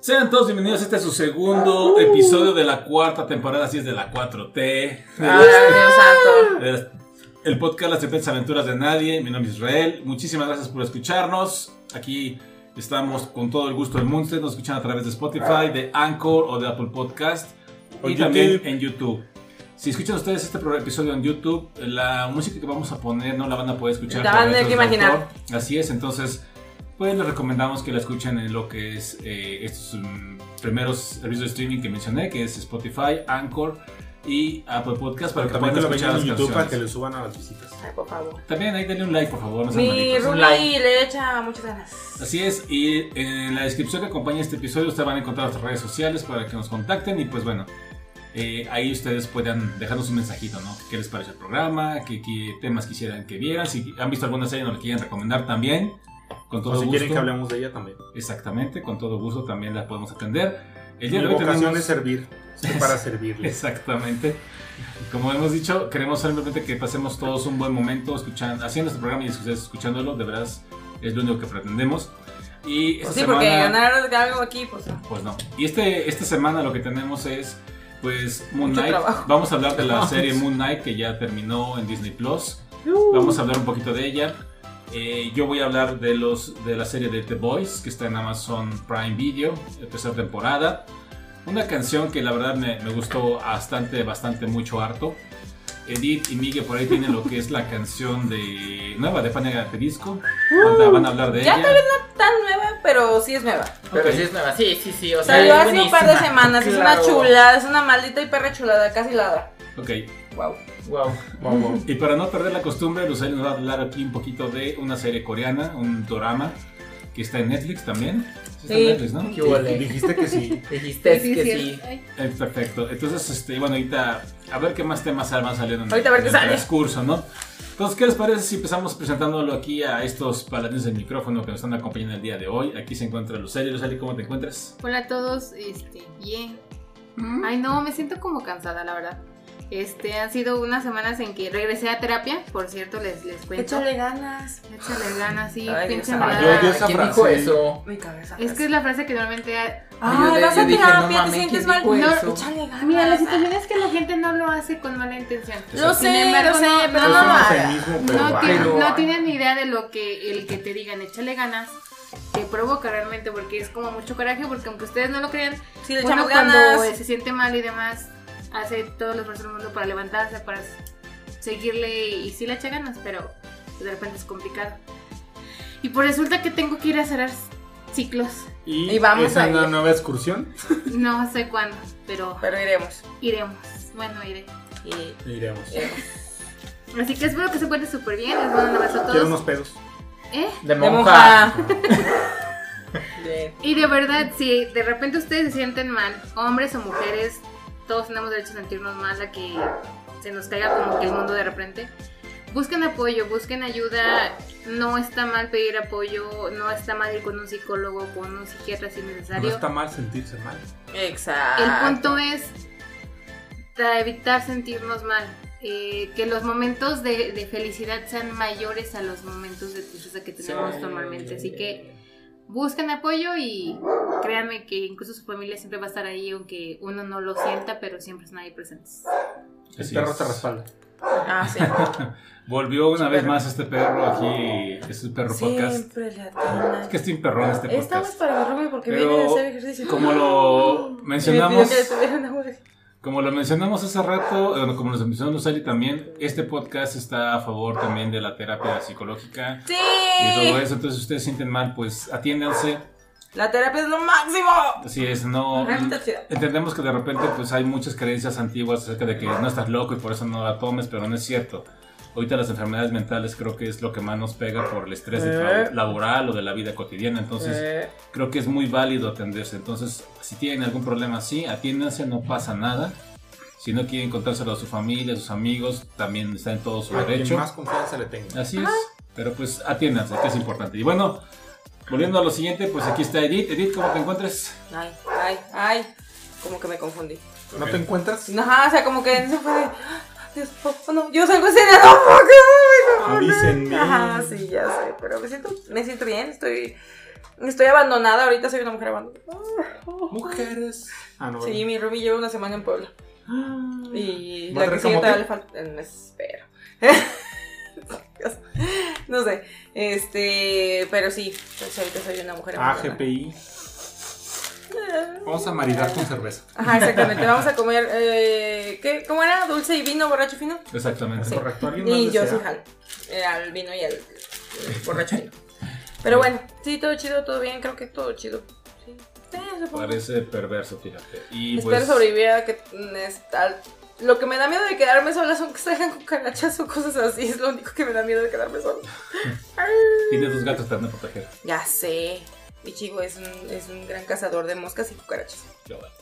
Sean todos bienvenidos a este es su segundo Uh. episodio de la cuarta temporada, así es de la 4T. de Ah, Dios santo. las- El podcast Las Trepentas Aventuras de Nadie. Mi nombre es Israel. Muchísimas gracias por escucharnos. Aquí estamos con todo el gusto del mundo. Ustedes nos escuchan a través de Spotify, de Anchor o de Apple Podcast. O y YouTube. también en YouTube. Si escuchan ustedes este pro- episodio en YouTube, la música que vamos a poner no la van a poder escuchar. La van a por tener que derechos de imaginar. autor. Así es, entonces, pues les recomendamos que la escuchen en lo que es eh, estos mm, primeros servicios de streaming que mencioné, que es Spotify, Anchor y Apple Podcast, para Pero que puedan también que lo escuchar vean las en YouTube para que canciones. le suban a las visitas. Ay, por favor. También ahí denle un like, por favor. no sean Mi malitos. Ruby like. le echa muchas ganas. Así es, y en la descripción que acompaña este episodio ustedes van a encontrar nuestras redes sociales para que nos contacten y pues bueno, eh, ahí ustedes puedan dejarnos un mensajito, ¿no? ¿Qué les parece el programa? ¿Qué, qué temas quisieran que vieran? Si han visto alguna serie y nos la quieren recomendar también, con todo O si gusto. quieren que hablemos de ella también. Exactamente, con todo gusto también la podemos atender. El Mi día de hoy vocación tenemos- es servir. Estoy para servirles. Exactamente. Como hemos dicho, queremos simplemente que pasemos todos un buen momento escuchando, haciendo este programa y ustedes escuchándolo. De verdad, es lo único que pretendemos. Y esta Pues sí, semana, porque ganar algo aquí, pues no. Pues no. Y este, esta semana lo que tenemos es, pues, Moon Mucho Knight. trabajo. Vamos a hablar de la Vamos. serie Moon Knight que ya terminó en Disney Plus. Uh. Vamos a hablar un poquito de ella. Eh, yo voy a hablar de, los, de la serie de The Boys, que está en Amazon Prime Video, eh, tercera temporada. Una canción que la verdad me, me gustó bastante, bastante mucho harto. Edith y Miguel por ahí tienen lo que es la canción de nueva de Panega Pedisco. Van a- Van a hablar de Uh. Ya ella. Tan nueva, pero sí es nueva. Pero Ok. sí es nueva, sí, sí, sí. O sea, Salió es hace un par de buenísima. semanas. Claro. Es una chulada, es una maldita hiper chulada, casi lada. Ok. Wow. Wow. Wow, wow. Y para no perder la costumbre, Lucely nos va a hablar aquí un poquito de una serie coreana, un drama, que está en Netflix también. Sí. Está en Sí. Netflix, ¿no? Qué huele. Dijiste que sí. Dijiste Sí, que sí, sí. es- ay, Eh, Perfecto. Entonces, este, bueno, ahorita a ver qué más temas van saliendo en, Ahorita a ver en qué el sale. transcurso, ¿no? Entonces, ¿qué les parece si empezamos presentándolo aquí a estos paladines del micrófono que nos están acompañando el día de hoy? Aquí se encuentra Lucely. Lucely, ¿cómo te encuentras? Hola a todos, este, bien. Mm. Ay, no, me siento como cansada, la verdad. Este, han sido unas semanas en que regresé a terapia, por cierto, les, les cuento. Échale ganas. Échale ganas, sí, Ay, pinche Dios, madre. yo odio esa ¿Quién frase. dijo eso? Mi cabeza. pues. Es que es la frase que normalmente... Ah, Yo de- vas yo a dije, terapia, no mames, te sientes ¿quién mal. dijo No, eso? échale ganas. Ah, Mira, la situación es que la gente no lo hace con mala intención. Lo Sin sé, embargo, lo sé, no- pero no, es no un lo hagas. eufemismo, pero No, vaya. tiene- pero- no tienen ni idea de lo que el que te digan échale ganas te provoca realmente porque es como mucho coraje porque aunque ustedes no lo crean Si le Uno echamos cuando ganas. se siente mal y demás, hace todo lo esfuerzo del mundo para levantarse, para seguirle y sí le echa ganas, pero de repente es complicado. Y pues resulta que tengo que ir a cerrar ciclos. Y, Y vamos es a una ir. nueva excursión. No sé cuándo, pero Pero iremos. iremos. Bueno, iré. Y E iremos. Así que espero que se cuente súper bien. Les mando un abrazo a Quiero todos. unos pedos. ¿Eh? De de monja. monja. Bien. Y de verdad, si de repente ustedes se sienten mal, hombres o mujeres, todos tenemos derecho a sentirnos mal, a que se nos caiga como que el mundo de repente. Busquen apoyo, busquen ayuda. No está mal pedir apoyo, no está mal ir con un psicólogo, con un psiquiatra si es No necesario. está mal sentirse mal. Exacto. El punto es para evitar sentirnos mal. eh, que los momentos de, de felicidad sean mayores a los momentos de tristeza que tenemos normalmente. Así que busquen apoyo y créanme que incluso su familia siempre va a estar ahí, aunque uno no lo sienta, pero siempre están ahí presentes. El Así perro es. te respalda. Ah, sí. Volvió una vez Perro. más este perro aquí, es el perro podcast. Siempre le atinan. Es que estoy un perrón este Estamos podcast. para Ruby porque Pero, viene a hacer ejercicio. Como lo mencionamos... Y le pidió que le tuvieran agua. Como lo mencionamos hace rato, eh, bueno, como lo mencionó Lucely también, este podcast está a favor también de la terapia psicológica y todo Sí. eso. Entonces, si ustedes sienten mal, pues atiéndanse. La terapia es lo máximo. Así es, no. Realmente chida. Entendemos que de repente pues hay muchas creencias antiguas acerca de que no estás loco y por eso no la tomes, pero no es cierto. Ahorita las enfermedades mentales creo que es lo que más nos pega por el estrés de tra- Eh. laboral o de la vida cotidiana. Entonces, creo que es muy válido atenderse. Entonces, si tienen algún problema así, atiéndanse, no pasa nada. Si no quieren contárselo a su familia, a sus amigos, también está en todo su A quien derecho. más confianza le tenga. Así es. Pero pues atiéndanse, que es importante. Y bueno, volviendo a lo siguiente, pues aquí está Edith. Edith, ¿cómo te encuentras? Ay, ay, ay. Como que me confundí. ¿No te encuentras? Ajá, o sea, como que eso fue de. "Ah, Dios, oh, no, yo salgo escena, no, por favor, no, por favor, no". Avísenme. Ajá, sí, ya sé, pero me siento, me siento bien, estoy Estoy abandonada, ahorita soy una mujer abandonada. Mujeres. Ah, no. Ah. Sí, mi Ruby lleva una semana en Puebla. Y ¿Va a la que traer sigue camote? todavía le falta. eh, Espero. Dios. no sé. Este. Pero sí, pues ahorita soy una mujer. Ah, abandonada. GPI. Vamos a maridar con cerveza. Ajá, exactamente. Vamos a comer. Eh, ¿qué? ¿Cómo era? ¿Dulce y vino, borracho fino? Exactamente. Es correcto. ¿Alguien más Y yo soy desea? Han. eh, Al vino y al eh, borracho fino. Pero bueno, sí, todo chido, todo bien. Creo que todo chido. Sí, Sí, supongo. Parece perverso, fíjate. Y Espero pues, sobrevivir a que. mm, es- al- Lo que me da miedo de quedarme sola son que salgan cucarachas o cosas así. Es lo único que me da miedo de quedarme sola. tiene dos gatos tratando de proteger. Ya sé. Mi chico es un, es un gran cazador de moscas y cucarachas. Yo, bueno.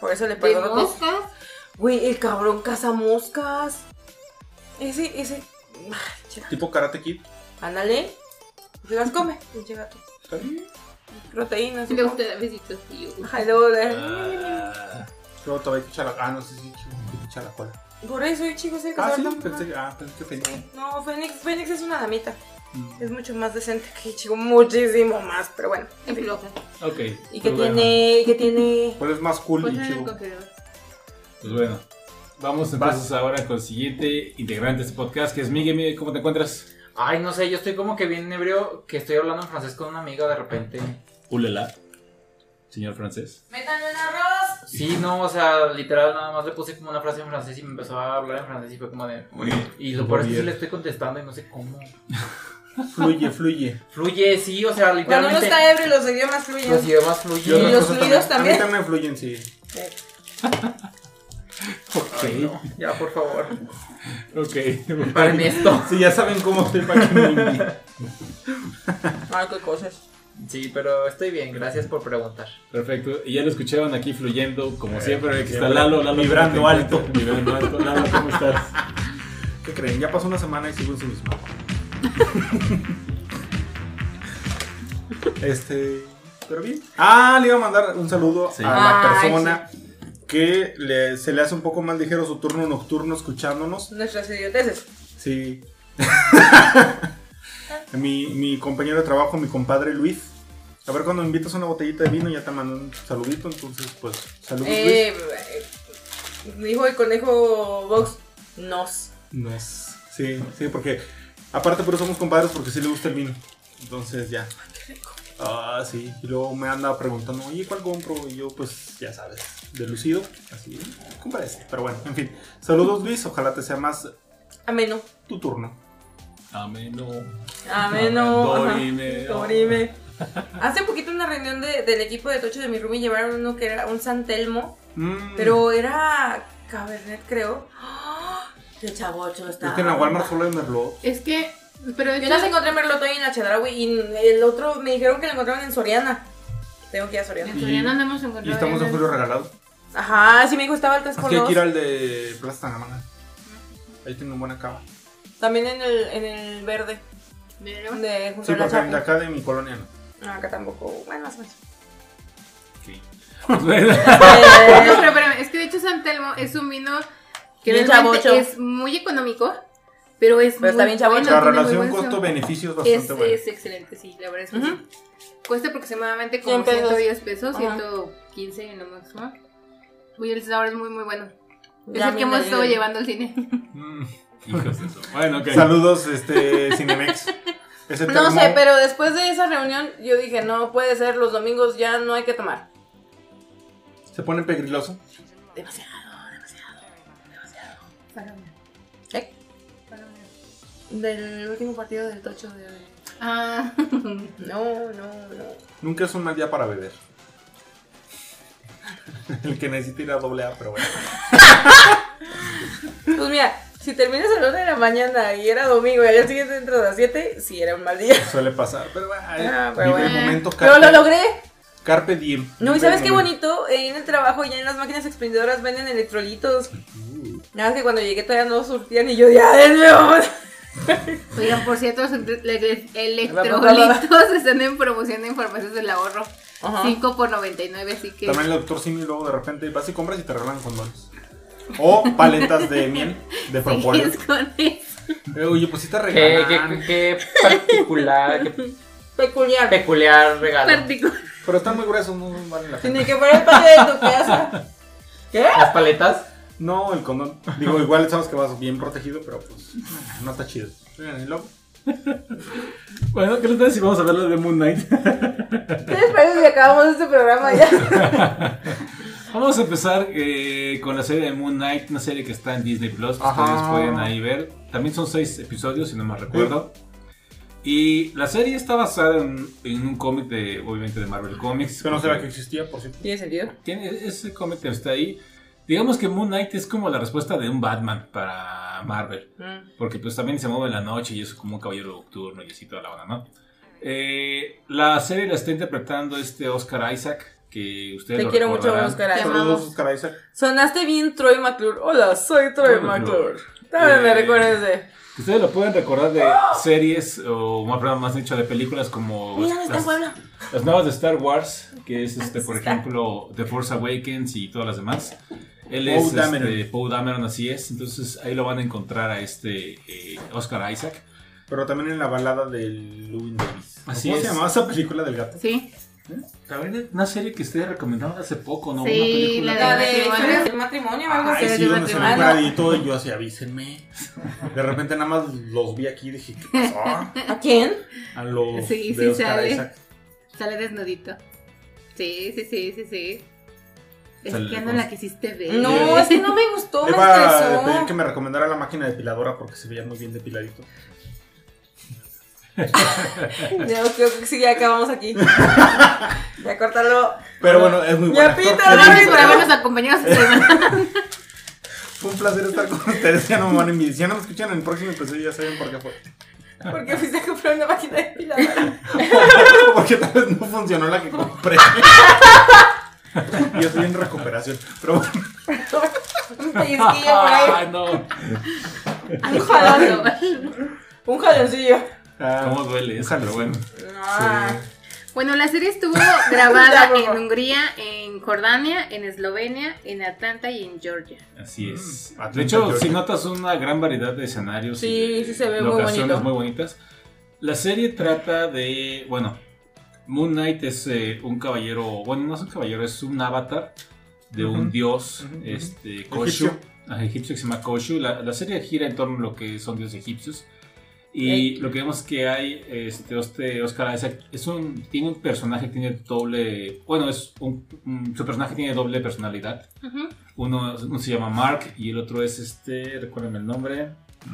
Por eso le ¿De perdono todo. moscas? Güey, el cabrón caza moscas. Ese, ese. Ay, chinga. Tipo Karate Kid. Ándale. Se las come, pinche gato. ¿Está bien? Proteínas. Le gusta besitos. Y yo, Ajá, y luego le- Ah, Luego todavía hay que echar la. Ah, no sé si hay que echar la cola. Por eso eh, el chico se Ah, cazador. sí, tan- pensé que. Ah, pensé que tenía. No, Fénix, Fénix es una damita. Mm. Es mucho más decente que Ichigo, muchísimo más, pero bueno. y floja. ok. Y que pues bueno, tiene, y que tiene. ¿Cuál es más cool, Pues era el Ichigo? congelador. Pues bueno. Vamos entonces ahora con el siguiente integrante de este podcast, que es Miguel. Miguel, ¿cómo te encuentras? Ay, no sé, yo estoy como que bien ebrio que estoy hablando en francés con una amiga de repente. Ulela. Señor francés. ¡Métanle en arroz! Sí, no, o sea, literal, nada más le puse como una frase en francés y me empezó a hablar en francés y fue como de. Y lo peor es que sí le estoy contestando y no sé cómo. Fluye, fluye. Fluye, sí, o sea, Cuando uno literalmente. está ebrio, los idiomas fluyen. Los idiomas Y otras fluyen. los cosas fluidos A mí también. también fluyen, sí. Ay, no, ya, por favor. Ok. Paren esto. Sí, ya saben cómo estoy para que me inviten. Ay, qué cosas. Sí, pero estoy bien, gracias por preguntar. Perfecto. Y ya lo escucharon aquí fluyendo, Eh, como siempre. Aquí está siempre. Lalo. Lalo Vibrando ¿cómo te encuentras? alto. Vibrando alto. Lalo, ¿cómo estás? ¿Qué creen? Ya pasó una semana y sigo en su misma. este. Pero bien. Ah, le iba a mandar un saludo Sí. a la Ay, persona que le- se le hace un poco más ligero su turno nocturno escuchándonos. Nuestras idioteces. Sí. mi, mi compañero de trabajo, mi compadre Luis. A ver, cuando me invitas una botellita de vino, ya te mando un saludito. Entonces, pues, saludos, Eh, eh, dijo el conejo Vox. Nos. Luis. No es. Sí, sí, porque. Aparte, por eso somos compadres, porque sí le gusta el vino. Entonces, ya. Ah, sí. Y luego me anda preguntando, oye, ¿cuál compro? Y yo, pues, ya sabes, delucido. Así, compra este. Pero bueno, en fin. Saludos, Luis. Ojalá te sea más Ameno. tu turno. Ameno. Ameno. ajá. Dorime. Dorime. Hace poquito en una reunión de- del equipo de Tocho de mi Rumi llevaron uno que era un San Telmo, Mm. pero era Cabernet, creo. ¡Ah! ¡Qué chavocho está! Es que en la Walmart solo hay Merlot. Es que. Pero Yo eso- las encontré en Merlot y en la Chedraui y el otro me dijeron que la encontraron en Soriana. Tengo que ir a Soriana. en Soriana no hemos encontrado. Y estamos en nada. julio regalado. Ajá, sí me dijo, estaba el 3 Así por que hay que ir 2 al de Plaza Tangamanga. Ahí tiene un buena cava. También en el, en el verde, Mira, luego. de junto Sí, a la porque de Chapi. acá de mi colonia no. No, acá tampoco, bueno, más o menos. Pues bueno. No, Eh, pero espérame, es que de hecho San Telmo es un vino que Bien realmente chavocho. es muy económico, pero es Pero está muy bien chavocho. bueno, la tiene muy relación buen sabor. costo-beneficio es bastante es, buena. Este es excelente, sí, la verdad es que sí. Ujú. Cuesta aproximadamente como 100 pesos. 110 pesos, Ajá. 115 en lo máximo. Uy, el sabor es muy, muy bueno. Es Pues, ya el que me hemos estado leí. llevando al cine. Mm. Hijos de eso. Bueno, ok. Saludos, este, Cinemex. Ese No termo- sé, pero después de esa reunión yo dije, no puede ser, los domingos ya no hay que tomar. Se pone pegriloso. Demasiado. Paloma. ¿Eh? Paloma. Del último partido del tocho de hoy. Ah, No, no, no. Nunca es un mal día para beber. El que necesita ir a doble A, pero bueno. Pues mira, si terminas a las 1 de la mañana y era domingo y al día siguiente entras a las 7, sí era un mal día. pues Suele pasar, pero bueno. Ah, pero vive el bueno. momento Pero carpe, lo logré. carpe diem. No, Vive y sabes el qué momento. bonito, Eh, en el trabajo ya en las máquinas expendedoras venden electrolitos. Uh, Nada más que cuando llegué todavía no surtían y yo ya denme vamos". oigan, por cierto, los ele- ele- electrolitos están en promoción en farmacias del ahorro. Ajá. 5 por 99, así que. También el doctor Simi luego de repente vas y compras y te regalan condones. O paletas de miel de propóleo. es con eso. Eh, oye, pues sí te Qué, regalan. qué, qué particular, qué Peculiar. Peculiar regalo. Particular. Pero están muy gruesos, no vale la pena. Tiene que ver el patio de tu casa. ¿Qué? Las paletas. No, el condón. Digo, igual sabes que vas bien protegido, pero pues no está chido. Oigan, y luego, Bueno, ¿qué les parece si vamos a ver lo de Moon Knight? ¿Qué les parece si acabamos este programa ya? Vamos a empezar eh, con la serie de Moon Knight, una serie que está en Disney Plus, que Ajá. ustedes pueden ahí ver. También son seis episodios, si no mal recuerdo. Y la serie está basada en, en un cómic de, obviamente, de Marvel Comics. Yo no sabía que Porque existía, por cierto. ¿Tiene sentido? tiene- ese cómic que está ahí. Digamos que Moon Knight es como la respuesta de un Batman para Marvel. Mm. Porque pues también se mueve en la noche y es como un caballero nocturno y así toda la onda, ¿no? Eh, la serie la está interpretando este Oscar Isaac, que ustedes Te lo quiero mucho, recordarán. Oscar. Isaac. Amamos. Saludos, Oscar Isaac. Sonaste bien Troy McClure. Hola, soy Troy Troy McClure. McClure. También me Eh. recuerdes de... Ustedes lo pueden recordar de series o más, perdón, más dicho de películas como Mira, está las, Puebla. las nuevas de Star Wars, que es este por Está. ejemplo The Force Awakens y todas las demás. Él Poe es este, Dameron. Poe Dameron, así es. Entonces ahí lo van a encontrar a este eh, Oscar Isaac. Pero también en la balada de Louis Davis. Así ¿Cómo es. se llamaba esa película del gato? Sí. También una serie que ustedes recomendaron hace poco, ¿no? Sí, Una película. la La de matrimonio. historias del matrimonio o algo así. Ay, sí, donde se me Ah, fuera no. y todo, y yo así, avísenme. De repente nada más los vi aquí y dije, ¿qué pasó? ¿A quién? A los Sí, de sí Oscar sale. Isaac. Sale desnudito. Sí, sí, sí, sí, sí. Es Sale que ando con- la quisiste ver. No, es que no me gustó, me Le iba a estresó. pedir que me recomendara la máquina depiladora porque se veía muy bien depiladito. Yo creo que sí, ya acabamos aquí. Ya córtalo. Pero bueno, es muy Ya bueno. pita, Gracias por Ay, no. habernos acompañado esta semana. Fue un placer estar con ustedes. Ya no me van a envidiar. Si ya no me escuchan en el próximo episodio, ya saben por qué fue. Porque fuiste a comprar una máquina de depiladora. Porque tal vez no funcionó la que compré. Yo estoy en recuperación. Pero bueno, Un pellizquillo por ahí. Ah, no. Ay, cuándo. Un jaloncillo. ¿Cómo duele eso? Ojalá. Pero bueno. Ah, Bueno, la serie estuvo La grabada broma. en Hungría, en Jordania, en Eslovenia, en Atlanta y en Georgia. Así es. Mm. De hecho, si notas una gran variedad de escenarios Sí, y de sí se ve muy locaciones bonito. muy bonitas. La serie trata de, bueno, Moon Knight es eh, un caballero, bueno, no es un caballero, es un avatar de Ujú. un dios, Ujú, ujú. este, Khoshu, Egipcio. ah, egipcio que se llama Khoshu. La, la serie gira en torno a lo que son dioses egipcios. Y Ey. lo que vemos que hay, este, este Oscar Isaac, es un, tiene un personaje que tiene doble, bueno, es un, un- su personaje tiene doble personalidad. Ujú. Uno, uno se llama Mark y el otro es este, recuérdame el nombre,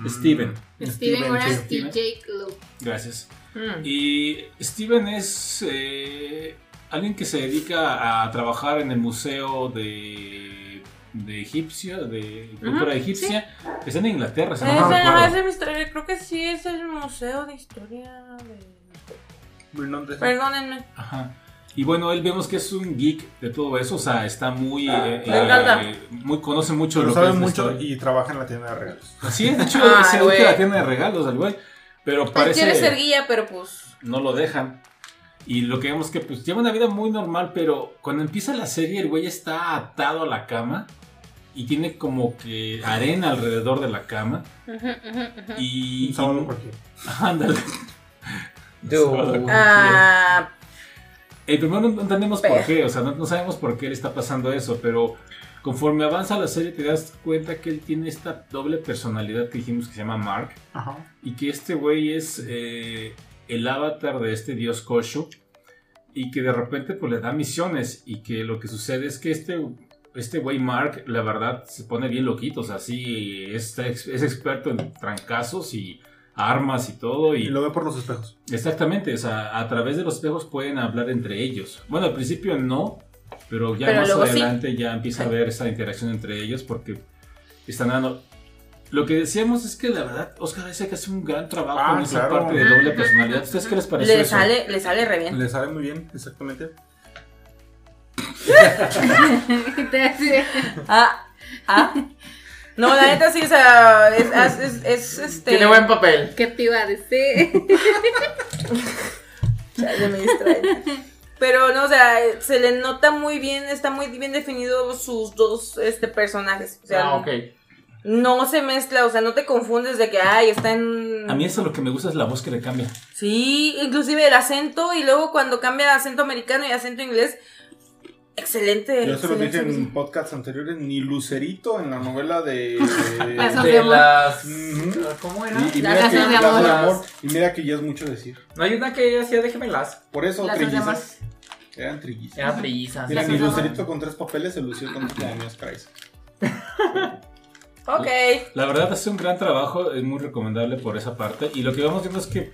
Steven. Steven Grant y Steven. Jake Lowe. Gracias. mm. Y Steven es eh, alguien que se dedica a trabajar en el museo de, de egipcio, de cultura Ajá, egipcia. que Está en Inglaterra, si no Es mal el- recuerdo. es el misterio- creo que sí es el museo de historia de... Perdónenme. Ajá. Y bueno, él vemos que es un geek de todo eso, o sea, está muy, eh, Ah, Le encanta. muy conoce mucho Lo lo sabe que es la mucho historia. y trabaja en la tienda de regalos. Así es, de hecho, Ay, se Ah, güey. Pues dedica a la tienda de regalos al güey, pero parece... Quiere ser guía, pero pues... no lo dejan. Y lo que vemos que pues lleva una vida muy normal, pero cuando empieza la serie el güey está atado a la cama y tiene como que arena alrededor de la cama Ujú, ujú, ujú. y... Un sábado y- cualquiera. ándale. Dude. Ah, El primero no entendemos Pero- por qué, o sea, no, no sabemos por qué le está pasando eso, pero conforme avanza la serie te das cuenta que él tiene esta doble personalidad que dijimos que se llama Mark. Ajá. Y que este güey es eh, el avatar de este dios Koshu. Y que de repente pues le da misiones. Y que lo que sucede es que este, este güey Mark, la verdad, se pone bien loquito. O sea, sí, es, es experto en trancazos y armas y todo. Y Y lo ve por los espejos. exactamente, o sea, a través de los espejos pueden hablar entre ellos. Bueno, al principio no. Pero ya Pero más luego sí. adelante ya empieza a haber esa interacción entre ellos porque están dando lo que decíamos es que la verdad, Oscar Isaac hace un gran trabajo Ah, en esa claro. parte de doble personalidad. ¿Ustedes qué les pareció le eso? sale, le sale re bien. Le sabe muy bien, exactamente. Entonces, Ah, ah. No, la neta sí, o sea, es, ah, es, es- es, este. Tiene buen papel. ¿Qué te iba a decir? Chale, me distrae. Pero no, o sea, se le nota muy bien, está muy bien definido sus dos este, personajes. O sea, Ah, ok. no se mezcla, o sea, no te confundes de que, ay, está en... A mí eso lo que me gusta es la voz que le cambia. Sí, inclusive el acento y luego cuando cambia de acento americano y acento inglés, excelente. Yo se lo excelente dije servicio. en podcasts anteriores, ni Lucerito en la novela de... Las de- Nos De vemos. las. Ujú. ¿Cómo era? y, y La mira que, canción de Lazo de amor. amor, y mira que ya es mucho decir. No hay una que hacía déjemelas. Por eso Lazo de trillizas. Eran trillizas. Eran trillizas. Mira, Lazo ni de amor. Lucerito con tres papeles se lució tanto como mi Oscar Isaac. Ok. La verdad hace un gran trabajo, es muy recomendable por esa parte. Y lo que vamos viendo es que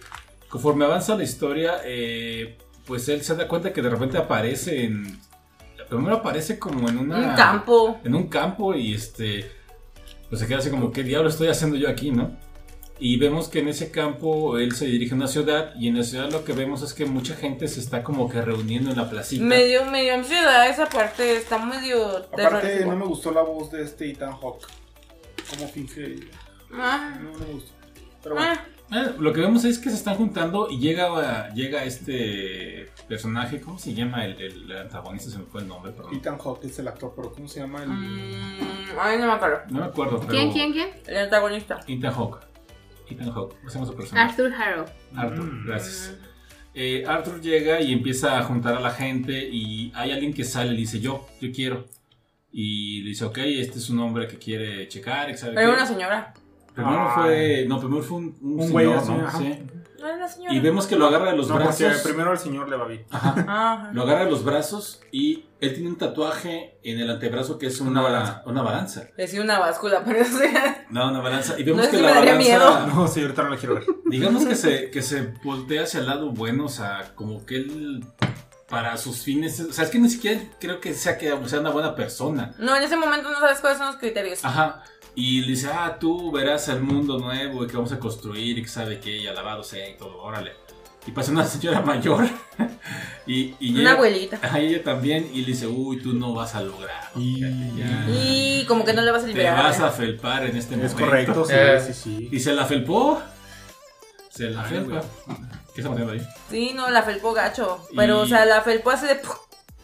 conforme avanza la historia, eh, pues él se da cuenta que de repente aparece en... Primero aparece como en una... Ah. Un campo. En un campo y este... Pues se queda así como, ¿qué diablo estoy haciendo yo aquí, no? Y vemos que en ese campo él se dirige a una ciudad y en la ciudad lo que vemos es que mucha gente se está como que reuniendo en la placita. Medio, medio en ciudad, esa parte está medio Aparte, no terrorífica. me gustó la voz de este Ethan Hawk. Como finge. Ah, No, no me gustó. Pero bueno. ah, Eh, Lo que vemos es que se están juntando y llega, llega este personaje, ¿cómo se llama el, el antagonista? Se me fue el nombre, Ah. perdón. Ethan Hawk es el actor, pero ¿cómo se llama el.? mm, ay, no me acuerdo. No me acuerdo, pero... ¿Quién, quién, quién? El antagonista. Ethan Hawke. Ethan Hawke, ¿cómo se llama su personaje? Arthur Harrow. Arthur, Mm. gracias. Eh, Arthur llega y empieza a juntar a la gente y hay alguien que sale y le dice, yo, yo quiero. Y le dice, ok, este es un hombre que quiere checar, que sabe Era qué". Mm, una señora. Primero fue... No, primero fue un, un Un güey señor, así, ¿no? ajá. Sí. No era una señora. Y vemos que lo agarra de los No, porque brazos. primero el señor le va bien. Ah, Lo agarra de los brazos y él tiene un tatuaje en el antebrazo que es una, Una balanza. balanza. Una balanza. decía una báscula, pero o sea, No, una balanza. Y vemos No sé que si la me daría balanza. Ah, No, sí, ahorita no la quiero ver. Digamos que se, que se voltea hacia el lado bueno, o sea, como que él. Para sus fines. O sea, es que ni siquiera creo que sea que sea una buena persona. No, en ese momento no sabes cuáles son los criterios. Ajá. Y le dice, ah, tú verás el mundo nuevo y que vamos a construir y que sabe qué, y alabado sea y todo, órale. Y pasa una señora mayor. y, y Una ella- abuelita. A ella también y le dice, uy, tú no vas a lograr. Y- fíjate, ya. Y como que no le vas a Te liberar. vas a felpar en este Es momento. correcto, sí, Eh. sí, sí. Y se la felpó. Se la Ay, felpa. güey. ¿Qué estamos haciendo ahí? Sí, no, la felpó gacho. Pero, Y- o sea, la felpó hace de ¡puf!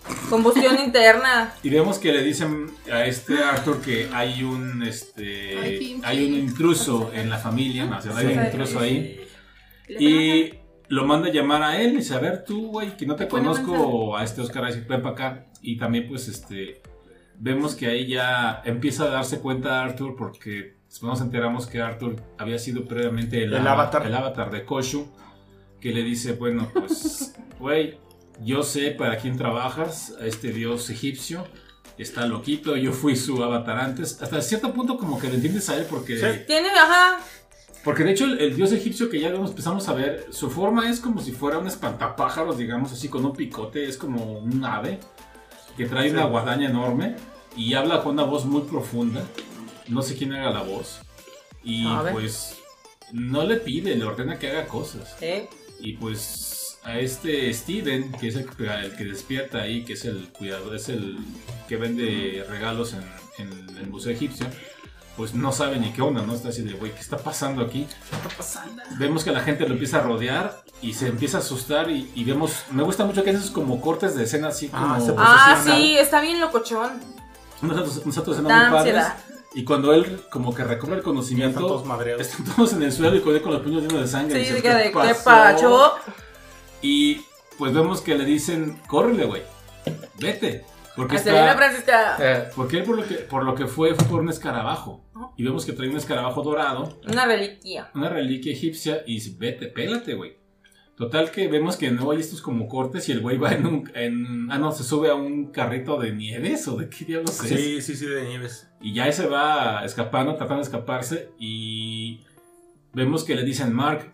combustión interna. Y vemos que le dicen a este Arthur que hay un este Ay, pinche. hay un intruso en la familia, no, o sea, hay un Sí. intruso ahí. Le Y lo manda a llamar a él y dice, a ver tú, güey, que no te Te pone conozco a este Oscar Isaac, ven para acá. Y también pues este vemos que ahí ya empieza a darse cuenta Arthur porque después nos enteramos que Arthur había sido previamente el, El ava- avatar. el avatar de Koshu, que le dice, bueno, pues, güey, yo sé para quién trabajas, a este dios egipcio. Está loquito, yo fui su avatar antes. Hasta cierto punto como que le entiendes a él porque... Sí. Tiene, ajá. Porque de hecho el, el dios egipcio que ya vemos, empezamos a ver, su forma es como si fuera un espantapájaros, digamos así, con un picote, es como un ave que trae Sí. una guadaña enorme y habla con una voz muy profunda. No sé quién haga la voz. Y A ver. pues no le pide, le ordena que haga cosas. Sí. Y pues a este Steven, que es el, que- el que despierta ahí, que es el cuidador, es el que vende regalos en, en el Museo Egipcio, pues no sabe ni qué onda, ¿no? Está así de, güey, ¿qué está pasando aquí? Vemos que la gente lo empieza a rodear y se empieza a asustar y, y vemos, me gusta mucho que haces como cortes de escena así como... Ah, se puso Ah, sí, sí, está bien locochón. Nosotros, nosotros Da muy padres. ansiedad. Y cuando él como que recobra el Y están todos conocimiento, madreados. están todos en el suelo y con él con los puños llenos de Sí, sangre. de Dices, que de qué pasó? pacho. Y pues vemos que le dicen, córrele, güey. Vete. Porque Acelera, está... Francisca. Eh, Porque él por lo que, por lo que fue fue por un escarabajo. Ajá. Y vemos que trae un escarabajo dorado, Una reliquia. una reliquia egipcia, y dice, vete, pélate, güey. Total que vemos que no hay estos como cortes y el güey va en un... en- ah, no, se sube a un carrito de nieves o de qué diablos es. Sí, sí, sí, de Nieves. Y ya se va escapando, tratando de escaparse. Y vemos que le dicen Mark.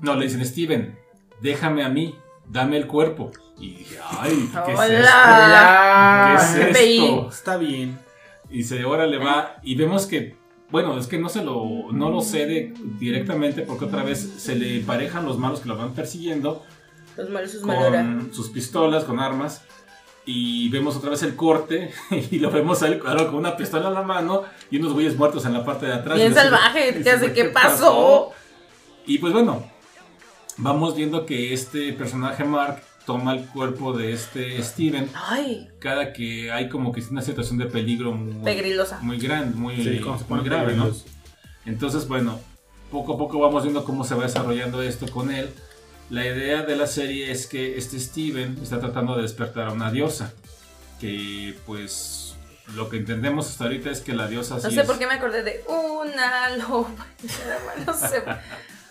No, le dicen Steven, déjame a mí, dame el cuerpo. Y dije, ay, ¿qué es esto? Hola. ¿Qué es FBI. esto? Está bien. Y se ahora le va. Y vemos que, bueno, es que no se lo, no lo cede directamente porque otra vez se le emparejan los malos que lo van persiguiendo Los malos sus maloras. con sus pistolas, con armas. Y vemos otra vez el corte y lo vemos a él claro, con una pistola en la mano y unos güeyes muertos en la parte de atrás. Bien Y yo así- salvaje, y ¿qué hace? así, ¿Qué pasó? Y pues bueno, vamos viendo que este personaje Mark toma el cuerpo de este Steven Ay, cada que hay como que una situación de peligro muy, pegrilosa. muy grande, muy, Sí, como se muy ponen grave, ¿no? peligrosos. Entonces, bueno, poco a poco vamos viendo cómo se va desarrollando esto con él. La idea de la serie es que este Steven está tratando de despertar a una diosa. Que pues lo que entendemos hasta ahorita es que la diosa No sí sé es- por qué me acordé de una loba. No sé.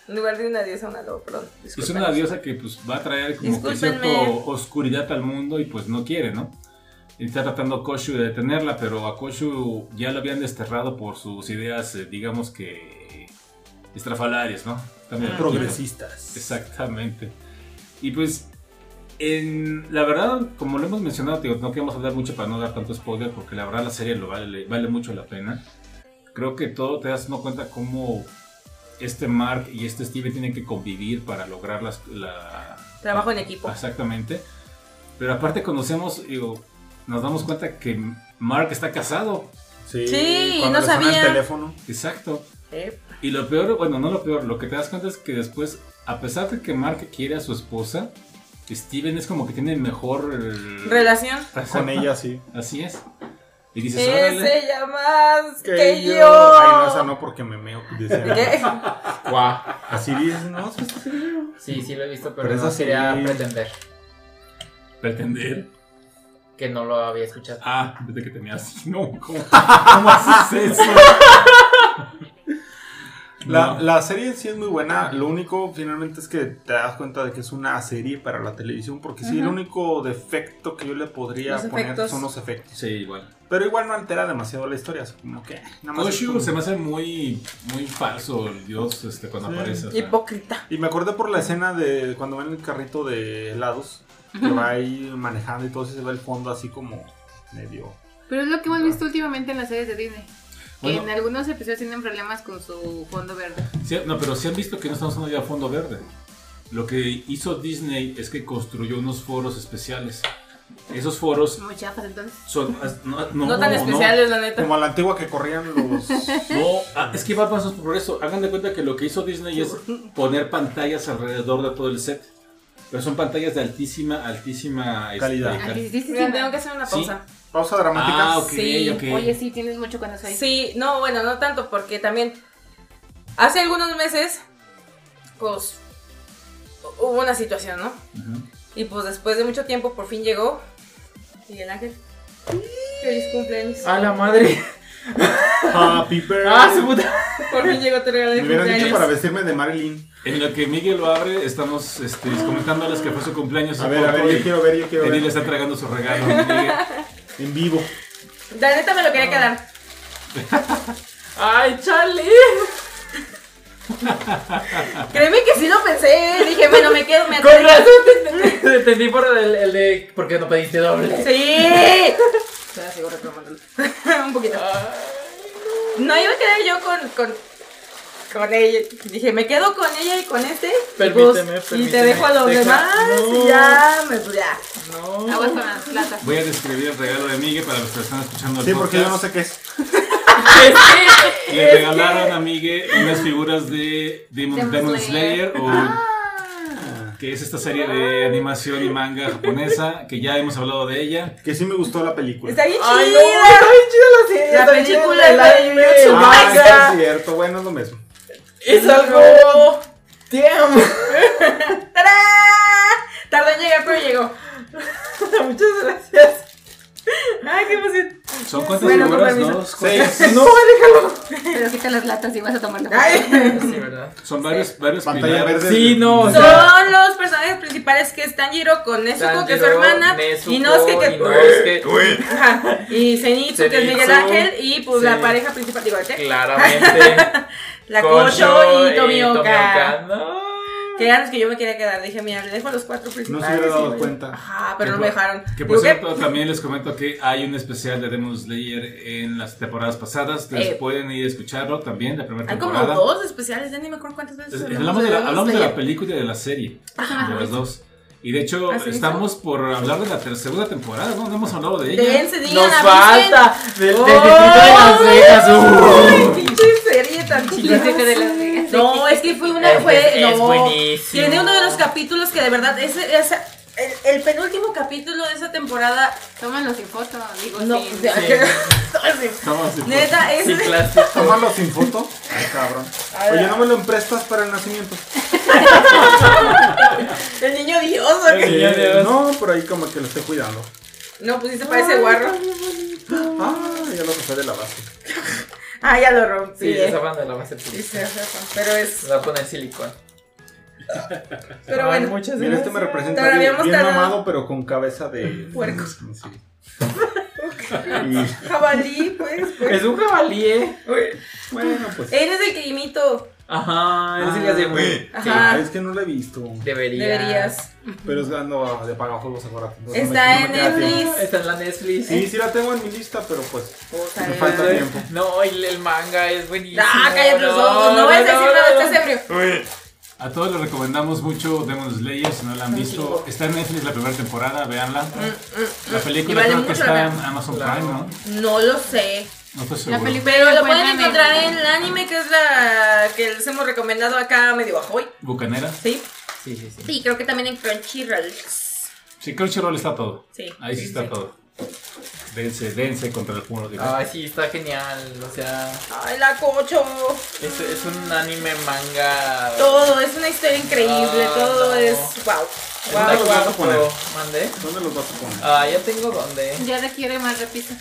En lugar de una diosa, una loba, perdón. es disculpen. una diosa que pues va a traer como que Discúlpenme. cierta oscuridad al mundo y pues no quiere, ¿no? Y Está tratando a Koshu de detenerla, pero a Koshu ya lo habían desterrado por sus ideas, eh, digamos que estrafalarias, ¿no? Ah, También Progresistas. Exactamente. Y pues, en, la verdad, como lo hemos mencionado, digo, no queremos hablar mucho para no dar tanto spoiler, porque la verdad la serie lo vale, vale mucho la pena. Creo que todo te das no cuenta cómo este Mark y este Steve tienen que convivir para lograr las, la... Trabajo en equipo. Exactamente. Pero aparte conocemos, digo, nos damos cuenta que Mark está casado. Sí, cuando no le suena sabía. el teléfono. Exacto. Eh, Y lo peor, bueno, no lo peor, lo que te das cuenta es que después, a pesar de que Mark quiere a su esposa, Steven es como que tiene mejor... eh, Relación. Con ella sí. Así es. Y dices, órale. Es ella más que, yo. Ay, no, esa no porque me meo. dice. ¿Qué? Guau. Así dices, no, este sí, sí, sí. Sí, sí lo he visto, pero, Pero no eso sí. quería pretender Pretender. que no lo había escuchado. Ah, desde que te meas. No, ¿cómo, cómo haces eso? La, No. la serie en sí es muy buena, lo único finalmente es que te das cuenta de que es una serie para la televisión, porque sí, el Ujú. único defecto que yo le podría Los poner efectos. son los efectos. Sí, igual. Pero igual no altera demasiado la historia, así como que nada más es Koshu como- Oh, se me hace muy, muy falso el dios este, cuando Sí. aparece. o sea. Hipócrita. Y me acordé por la escena de cuando ven el carrito de helados, que va ahí manejando y todo eso y se ve el fondo así como medio... Pero es lo que hemos visto últimamente en las series de Disney. Que Ah. Bueno. en algunos episodios tienen problemas con su fondo verde. Sí, no, pero si han visto que no estamos usando ya fondo verde. Lo que hizo Disney es que construyó unos foros especiales. Esos foros Muy chafas entonces. son. as- No, No, no, tan no. especiales, la neta. Como a la antigua que corrían los... No, ah, es que va pasos por eso. Hagan de cuenta que lo que hizo Disney es poner pantallas alrededor de todo el set. Pero son pantallas de altísima, altísima este, Calidad. cal- Así, sí, sí, Mira, sí. tengo que hacer una Sí. pausa. Pausa dramática. Ah, ok, Sí, ok. Oye, sí, tienes mucho cuando soy. Sí, no, bueno, no tanto, porque también hace algunos meses, pues, hubo una situación, ¿no? Ujú. Y pues después de mucho tiempo, por fin llegó Miguel Ángel. Feliz cumpleaños. ¡A la madre! Happy birthday. ¡Ah, su puta! Por fin llegó tu regalo de Me hubieran dicho para cumpleaños. vestirme de Marilyn. En lo que Miguel lo abre, estamos este, comentándoles que fue su cumpleaños. A ver, a ver, yo quiero ver, yo quiero Teddy le ver. está tragando su regalo. Miguel. En vivo. La neta me lo quería quedar. ¡Ay, chale! Créeme que sí lo pensé. Dije, bueno, me quedo, me ¡Con razón! te- Te entendí por el, el de. ¿Por qué no pediste doble? Sí. Ya, sigo reclamándolo. Un poquito. Ah, No iba a quedar yo con, con, con ella. Dije, me quedo con ella y con este. y Permíteme, pues, Y te permíteme. dejo a los Deja- demás. No. Y ya, me, pues ya. No. Aguas con las latas. Voy a describir el regalo de Miguel para los que están escuchando el Sí, porque yo no podcast. sé qué es. Le regalaron a Miguel unas figuras de Demon, Demon Demon Slayer. Ah, Slayer, o- que es esta serie de animación y manga japonesa, que ya hemos hablado de ella. Que sí me gustó la película. Está bien ¡Ay, chida. no! ¡Está bien chida la serie! La está bien chida película el está bien anime. chula. Ah, Venga. eso es cierto, bueno, es lo mismo. ¡Es algo! ¡Damn! ¡Tarán! Tardó en llegar, pero llegó. Muchas gracias. Ay, qué emoción. ¿Son cuántas Bueno, con figuras? permiso. Dos, Seis. ¡No, déjalo! Pero quita las latas y vas a tomar la Ay. Sí, ¿verdad? Son varios, varios Pantalla pilares. verde. Sí, no, o sea- Son los personajes principales que es Tanjiro con Nezuko, que es su Tanjiro, hermana, Nezuko, y Nosuke, que, pues, Inosuke. Ajá, y Zenitsu, que es Miguel Zenitsu. Ángel, y pues la Sí. pareja principal, digo, ¿qué? Claramente. La Kosho Kocho y Tomioka. No. Que eran los que yo me quería quedar. Dije, mira, le dejo los cuatro No principales. se hubiera y dado me- cuenta. Ajá, pero Que no me por- dejaron. Que por Digo, ¿qué? cierto, también les comento que hay un especial de Demon Slayer en las temporadas pasadas. Ustedes Eh. pueden ir a escucharlo también, la primera Hay como temporada. dos especiales, ya ni me acuerdo cuántas veces. Es- hablamos de la, hablamos de la Slayer. película y de la serie, de las dos. Y de hecho, ¿Ah, sí? estamos por hablar de la ter- segunda temporada, ¿no? No hemos hablado de ella. Dense, digan, Nos avisen. falta del del ¡Oh! distrito de Las Vegas. ¡Ay, ¡uh! pinche serie tan chida! de las Vegas. No, es que fue una. Es- Fue, es no, buenísimo. Tiene uno de los capítulos que de verdad. Ese, esa- el, el penúltimo capítulo de esa temporada. Tómalo sin foto, digo, No, sin- o sea, Estamos pues. de- neta, es. Pues Sí, clásico. Tómalo sin foto. Ay, cabrón. A ver, Oye, no me lo emprestas para el nacimiento. El niño Dios, ¿o qué? niño Dios. Eh, no, por ahí como que lo estoy cuidando. No, pusiste para ese guarro. Ah, ya lo saqué de la base. Ah, ya lo rompí. Sí, eh. esa banda la va a hacer Sí, feliz. sí, sí, Pero es. Se va a poner silicón. Pero Ay, bueno. Muchas Mira, gracias. este me representa Todavía bien, hemos bien tardado. mamado, pero con cabeza de... Puerco. Sí. Y- Jabalí, pues. pues. Es un jabalí, eh. bueno, pues... Él es el que imito. Ajá, es sí le hace muy. Ajá. Ah, es que no lo he visto. Debería. Deberías. Pero es dando de pagajuegos ahora. pues entonces no me- Está no en me queda tiempo. Netflix. Está en la Netflix. Sí, sí la tengo en mi lista, pero pues... O sea, Me falta eh. tiempo. No, el, el manga es buenísimo. Ah, cállate los ojos. No vayas a decir nada, estás ebrio. A todos les recomendamos mucho Demon Slayer, si no la han visto. Está en Netflix la primera temporada, Mm, véanla. La película vale creo que mucho la está en pena. Amazon Claro. Prime, ¿no? No lo sé. No estoy La seguro. película Pero la lo pueden encuentran encontrar en el anime, que es la que les hemos recomendado acá medio bajo hoy. Bucanera. Sí. Sí, sí, sí. Sí, creo que también en Crunchyroll. Sí, Crunchyroll está todo. Sí. Ahí sí Sí, está sí. Ah, todo. Dense, dense contra el muro de Ay, sí, está genial. O sea, Ay, la cocho. es, es un anime manga. Todo, es una historia increíble. Ah, todo no. es. Wow. Es Wow. una ¿Dónde los vas a cuarto. poner? ¿Mandé? ¿Dónde los vas a poner? Ah, ya tengo donde. Ya requiere más repisas.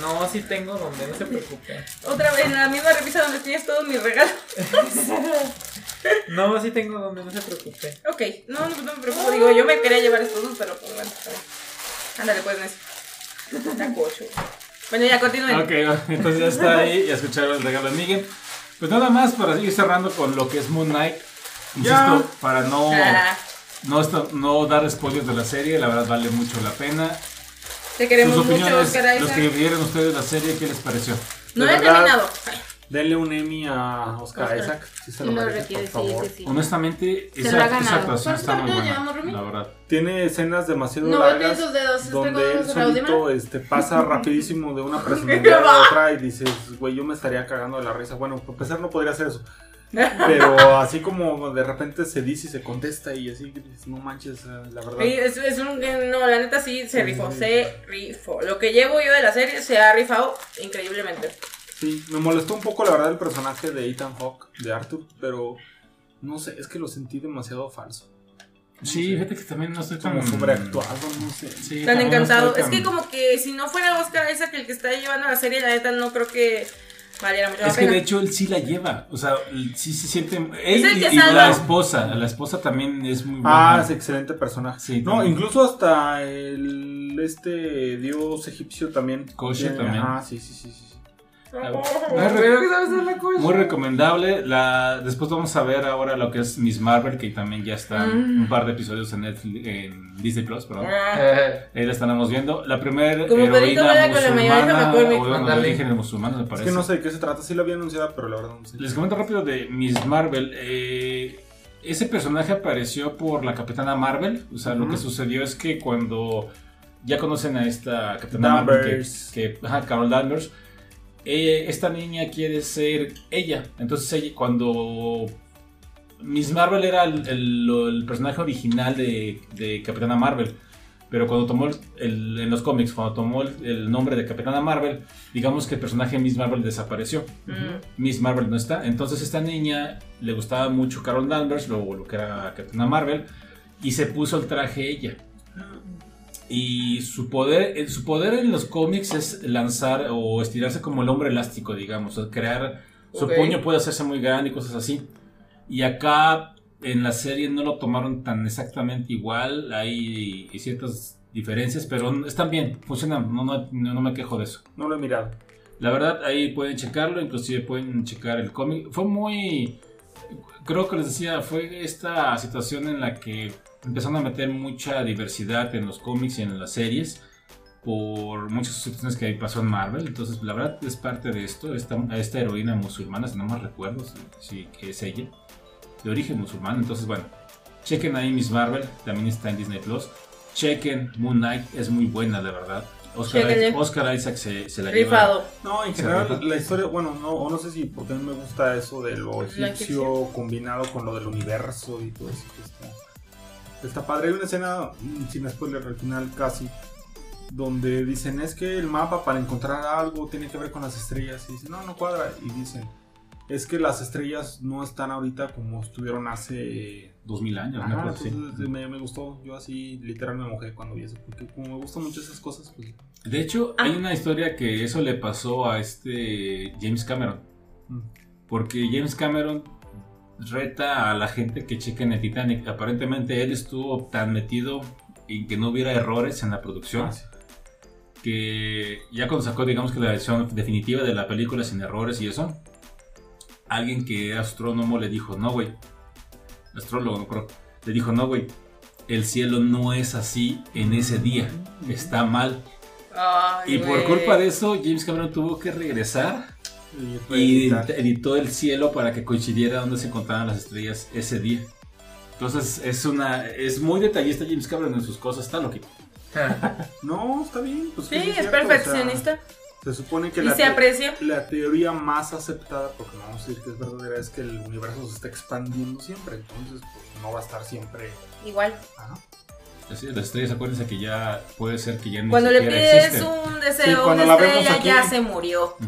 No, sí tengo donde, no se preocupe. Otra vez, en la misma revista donde tienes todos mis regalos. No, sí tengo donde, no se preocupe. Ok, no, no, no me preocupo. Digo, yo me quería llevar estos dos, pero pues bueno. está bien. Ándale, pues, Nes. La cocho. Bueno, ya continúen. Ok, entonces ya está ahí, ya escucharon el regalo de Miguel. Pues nada más para seguir cerrando con lo que es Moon Knight. Insisto, Ya. para no, Ah, no, esta- no dar spoilers de la serie, la verdad vale mucho la pena. te queremos Sus mucho, opiniones, Oscar los Isaac. que vieron ustedes la serie, ¿qué les pareció? No De he verdad. Ah. terminado. Denle un Emmy a Oscar, Isaac. Si se lo, Lo merece, requiere, por sí, favor. sí, sí. Honestamente, Se lo ha esa, ganado. esa actuación está muy ¿Cuántos buena, llevamos, Rumi? la verdad. Tiene escenas demasiado No golpeen largas sus dedos, estoy con donde él los cerrados de solito mano. este, pasa rapidísimo de una personalidad a otra y dices, güey, yo me estaría cagando de la risa. Bueno, para empezar no podría hacer eso. Pero así como de repente se dice y se contesta y así, dices, no manches, eh, la verdad. Sí, es, es un. eh, No, la neta sí se Sí, rifó, sí. se rifó. Lo que llevo yo de la serie se ha rifado increíblemente. Sí, me molestó un poco la verdad el personaje de Ethan Hawke, de Arthur, pero no sé, es que lo sentí demasiado falso. Sí, fíjate que también no estoy tan... Como sobreactuado, no sé. Sí, también Tan no estoy encantado. Es tan- que, como que si no fuera Oscar Isaac el que está llevando la serie, la neta no creo que valiera mucho la Es que pena. de hecho él sí la lleva, o sea, él sí se siente... Él el y, que y la salva. esposa, la esposa también es muy buena. Ah, es excelente personaje. Sí, no, también. incluso hasta el este dios egipcio también. Koshe Tiene- también. Ah, sí, sí, sí, sí. Ah, Muy re- Pero que sabes hacer la cosa. Muy recomendable. La, después vamos a ver ahora lo que es Miss Marvel, que también ya están Mm. un par de episodios en, Netflix- en Disney Plus, perdón. Ah, Eh, Ahí la estamos viendo. La primera Como Pedrito heroína Vela con la mayor hija musulmana, o McCormick. bueno, de Ándale. origen musulmano, me Es parece. que no sé de qué se trata, sí la había anunciada, pero la verdad no sé. Les comento rápido de Miss Marvel. Eh, ese personaje apareció por la Capitana Marvel. O sea, lo Ujú. que sucedió es que cuando ya conocen a esta Capitana Marvel, Danvers. que, que- ajá, Carol Danvers, eh, esta niña quiere ser ella. Entonces, ella- cuando Miss Marvel era el, el- lo- el personaje original de, de Capitana Marvel. Pero cuando tomó el, el- en los cómics, cuando tomó el, el nombre de Capitana Marvel, digamos que el personaje de Miss Marvel desapareció. mm. Miss Marvel no está. Entonces esta niña le gustaba mucho Carol Danvers, luego lo que era Capitana Marvel, y se puso el traje ella. Y su poder, eh, su poder en los cómics es lanzar o estirarse como el hombre elástico, digamos, o crear su Ok. puño puede hacerse muy grande y cosas así. Y acá en la serie no lo tomaron tan exactamente igual, hay ciertas diferencias, pero están bien, funcionan, no, no- no me quejo de eso. No lo he mirado. La verdad, ahí pueden checarlo, inclusive pueden checar el cómic. Fue muy... Creo que les decía, fue esta situación en la que empezaron a meter mucha diversidad en los cómics y en las series por muchas situaciones que pasó en Marvel. Entonces, la verdad es parte de esto. Esta, esta heroína musulmana, si no más recuerdo, si, si que es ella, de origen musulmán. Entonces, bueno, chequen ahí Miss Marvel, también está en Disney Plus. Chequen Moon Knight, es muy buena, la verdad. Oscar, Chéquenle. Isaac- Oscar Isaac se, se la lleva. Rifado. No, en Se general rifó. la historia, bueno, no, o no sé si porque a mí me gusta eso de lo La egipcio combinado con lo del universo y todo eso. que está- Está padre. Hay una escena, mm, sin spoiler al final casi, donde dicen es que el mapa para encontrar algo tiene que ver con las estrellas. Y dicen, no, no cuadra. Y dicen, es que las estrellas no están ahorita como estuvieron hace... 2000 años, Ajá, una cosa así. entonces, me, me gustó. Yo así literal me mojé cuando vi eso. Porque como me gustan mucho esas cosas, pues... De hecho, hay una historia que eso le pasó a este James Cameron. Mm. Porque James Cameron reta a la gente que chequen el Titanic. Aparentemente él estuvo tan metido en que no hubiera errores en la producción. Que ya cuando sacó, digamos que la versión definitiva de la película sin errores y eso, alguien que era astrónomo le dijo, no, güey. Astrólogo, no creo. Le dijo, no, güey. El cielo no es así en ese día. este, Está mal. Ay, Y por güey. culpa de eso, James Cameron tuvo que regresar y edit- editó el cielo para que coincidiera donde se encontraban las estrellas ese día. Entonces es una es muy detallista James Cameron en sus cosas, está loquito. No, está bien. Pues, Sí, que es cierto, o sea, perfeccionista. se supone que y la, se te- aprecia. la teoría más aceptada, porque no vamos a decir que es verdadera, es que el universo se está expandiendo siempre. Entonces, pues no va a estar siempre. Igual. Ajá. Así, las estrellas, acuérdense que ya puede ser que ya ni Cuando le siquiera pides existen. un Sí, deseo, a cuando una la vemos estrella aquí. ya se murió. Ujú.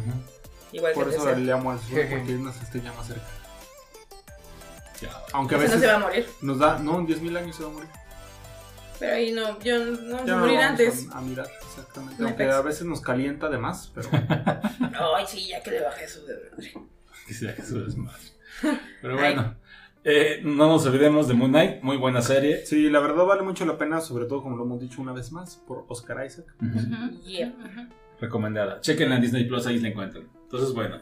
Igual Por que el eso deseo. le amo al sur, porque hay unas estrellas más cerca. Ya. Aunque a Ese no se veces va a morir. nos da, no, en 10.000 años se va a morir. Pero ahí no, yo no- no Ya voy a no morir lo vamos antes. A, a mirar, exactamente. Me Aunque parece. a veces nos calienta de más, pero Ay, sí, ya que le bajé su de madre. Que sea que su desmadre. Pero bueno, eh, no nos olvidemos de Moon Knight, muy buena serie. sí, la verdad vale mucho la pena, sobre todo como lo hemos dicho una vez más, por Oscar Isaac. Ujú. Yeah. Recomendada. Chequenla en Disney Plus, ahí la encuentran. Entonces, bueno.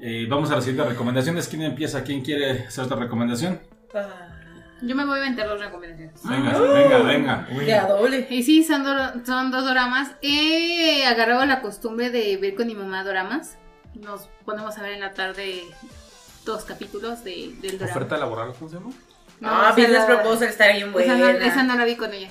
eh, vamos a la siguiente recomendación. ¿Es quién empieza? ¿Quién quiere hacer otra recomendación? Ah, Yo me voy a inventar las recomendaciones. Venga, venga, venga. de a doble. Y sí, son, do- son dos doramas. He agarrado la costumbre de ver con mi mamá doramas. Nos ponemos a ver en la tarde dos capítulos de, del dorama. Oferta laboral, ¿cómo se llama? No, ah, esa Business la- Proposal está bien Esa no, buena. esa no la vi con ella.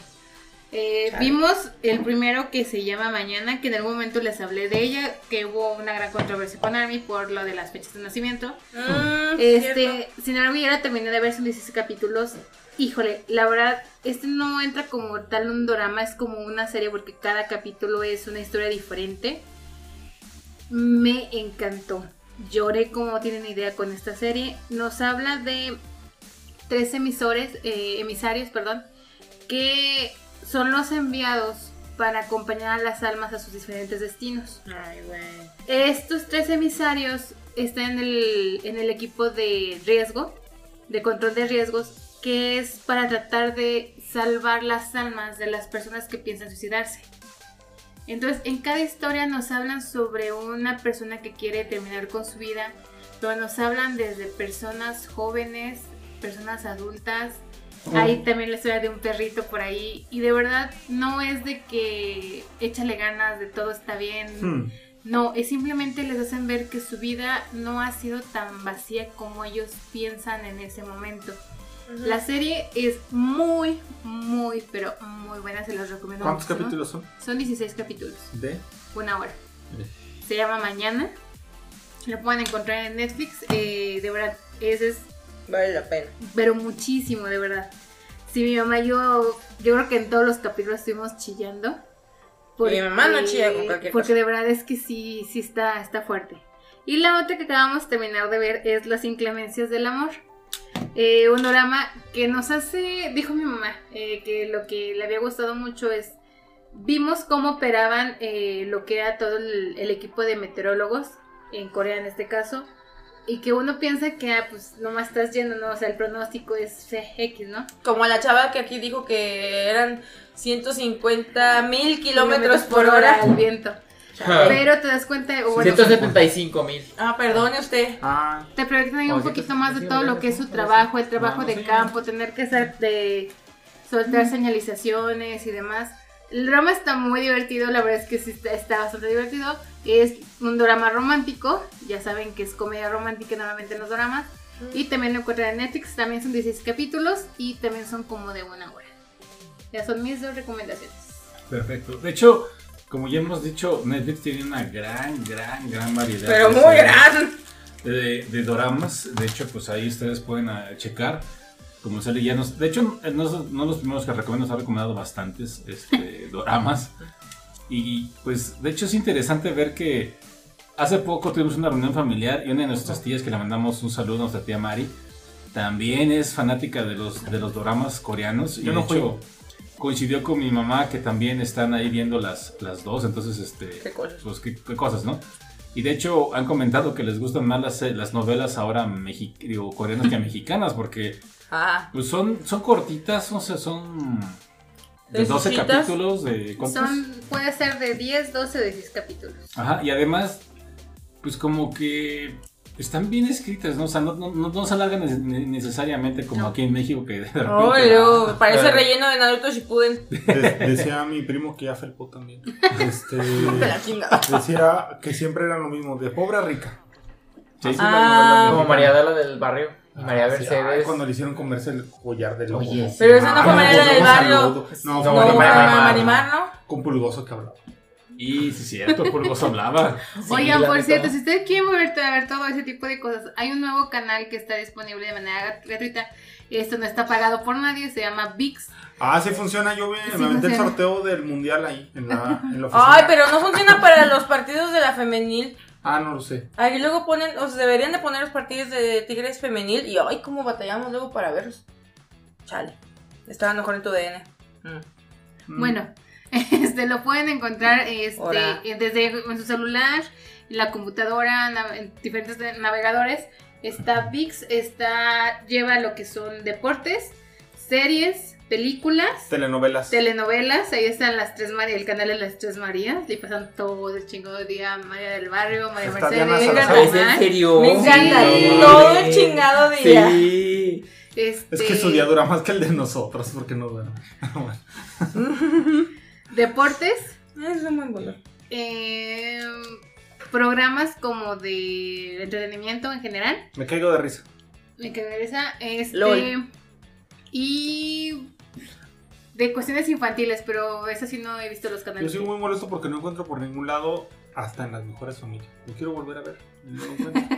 Eh, Chale. vimos el primero que se llama Mañana, que en algún momento les hablé de ella, que hubo una gran controversia con Army por lo de las fechas de nacimiento. Mm, cierto. Este, sin embargo, yo ya terminé de ver sus 16 capítulos. Híjole, la verdad, este no entra como tal un drama, es como una serie porque cada capítulo es una historia diferente. Me encantó. Lloré como no tienen idea con esta serie. Nos habla de tres emisores, eh, emisarios, perdón, que son los enviados para acompañar a las almas a sus diferentes destinos. Ay, güey. Estos tres emisarios están en el, en el equipo de riesgo, de control de riesgos, que es para tratar de salvar las almas de las personas que piensan suicidarse. Entonces, en cada historia nos hablan sobre una persona que quiere terminar con su vida, pero nos hablan desde personas jóvenes, personas adultas. Hay también la historia de un perrito por ahí. Y de verdad, no es de que échale ganas, de todo está bien, Hmm. no, es simplemente les hacen ver que su vida no ha sido tan vacía como ellos piensan en ese momento. La serie es muy, muy, pero muy buena, se los recomiendo. ¿Cuántos muchísimo. capítulos son? Son 16 capítulos, De una hora. Sí. Se llama Mañana. Lo pueden encontrar en Netflix. eh, de verdad, ese es Vale la pena. pero muchísimo, de verdad. Sí, mi mamá, yo, yo creo que en todos los capítulos estuvimos chillando. Mi mamá no chilla con cualquier Porque cosa. de verdad es que sí, sí está, está fuerte. Y la otra que acabamos de terminar de ver es Las inclemencias del amor. Eh, un drama que nos hace, dijo mi mamá, eh, que lo que le había gustado mucho es, vimos cómo operaban eh, lo que era todo el, el equipo de meteorólogos, en Corea en este caso, y que uno piensa que, ah, pues nomás estás yendo, ¿no? O sea, el pronóstico es X, ¿no? Como la chava que aquí dijo que eran 150 mil kilómetros Kilómetros por hora. al viento. Pero te das cuenta, o bueno, 175 mil. Ah, perdone usted. Ah, te proyectan un Oye, poquito entonces, más de sí, todo mira, lo que es su sí, trabajo, el trabajo Ah, de sí. campo, tener que hacer de soltar señalizaciones y demás. El drama está muy divertido, la verdad es que sí está, está bastante divertido. Es un drama romántico, ya saben que es comedia romántica normalmente en los dramas. Y también lo encuentran en Netflix, también son 16 capítulos y también son como de una hora. Ya son mis dos recomendaciones. Perfecto. De hecho, como ya hemos dicho, Netflix tiene una gran, gran, gran variedad. Pero de muy series, grande. De, de doramas. De hecho, pues ahí ustedes pueden ah, checar. Como sale ya nos, de hecho, eh, no es no es los primeros que recomiendo, nos ha recomendado bastantes este, doramas. Y pues, de hecho, es interesante ver que hace poco tuvimos una reunión familiar y una de nuestras tías, que le mandamos un saludo a nuestra tía Mari, también es fanática de los, de los doramas coreanos. y Yo no de hecho, juego. Coincidió con mi mamá, que también están ahí viendo las, las dos, entonces, este, Qué cosas. pues, qué, qué cosas, ¿no? Y de hecho han comentado que les gustan más las, eh, las novelas ahora mexi- digo, coreanas que mexicanas, porque Ah, pues son, son cortitas, son, son de ¿De 12 sus citas? capítulos, de cuántos. Son, puede ser de 10, 12, de 10 capítulos. Ajá, y además, pues como que están bien escritas, ¿no? O sea, no, no, no- no se alargan ne- ne- necesariamente como No. aquí en México que de repente... oh, pero parece Claro. relleno de Naruto Shippuden. De- decía mi primo que ya felpó también. Este, De la chingada. decía que siempre era lo mismo, de pobre a rica. Sí. Así Ah. la novela Como mexicana. María Dala del barrio y María Ah, sí, ay, Mercedes. cuando le hicieron comerse el collar de lobo. Oye, sí. Pero esa no fue Ah, manera no, del no, barrio. saludo. No, No, fue no, María Marimar. Marimar, ¿no? Con pulgoso que hablaba. Y sí, cierto, Pulgoso hablaba. Sí, Oigan, la por neta. cierto, si ustedes quieren volver a ver todo ese tipo de cosas, hay un nuevo canal que está disponible de manera gratuita. Esto no está pagado por nadie, se llama VIX. Ah, sí funciona, yo vi, Sí me aventé el funciona. sorteo del mundial ahí, en la, en la oficina. Ay, pero no funciona para los partidos de la femenil. Ah, no lo sé. Ahí luego ponen, o sea, deberían de poner los partidos de Tigres femenil y ay, cómo batallamos luego para verlos. Chale, estaba mejor en tu DN. Mm. Mm. Bueno, este lo pueden encontrar este, Ahora. eh, desde en su celular, en la computadora, na- en diferentes de- navegadores. Está VIX, está lleva lo que son deportes, series, películas, Telenovelas. telenovelas. Ahí están las tres Marías, el canal de las tres Marías. Le pasan todo el chingo de día María del Barrio, María Está Mercedes, Diana María Salazar. ¿Es Román. en serio? Oh, Me encanta Sí. todo el chingado día. Sí. Este, es que su día dura más que el de nosotros, porque no dura. Deportes, Es lo muy bueno. eh, programas como de entretenimiento en general. me caigo de risa. Me quedé de esa. Este. LOL. Y. De cuestiones infantiles, pero eso sí no he visto los Yo canales. soy muy molesto porque no encuentro por ningún lado, hasta en las mejores familias. Lo quiero volver a ver. No lo encuentro.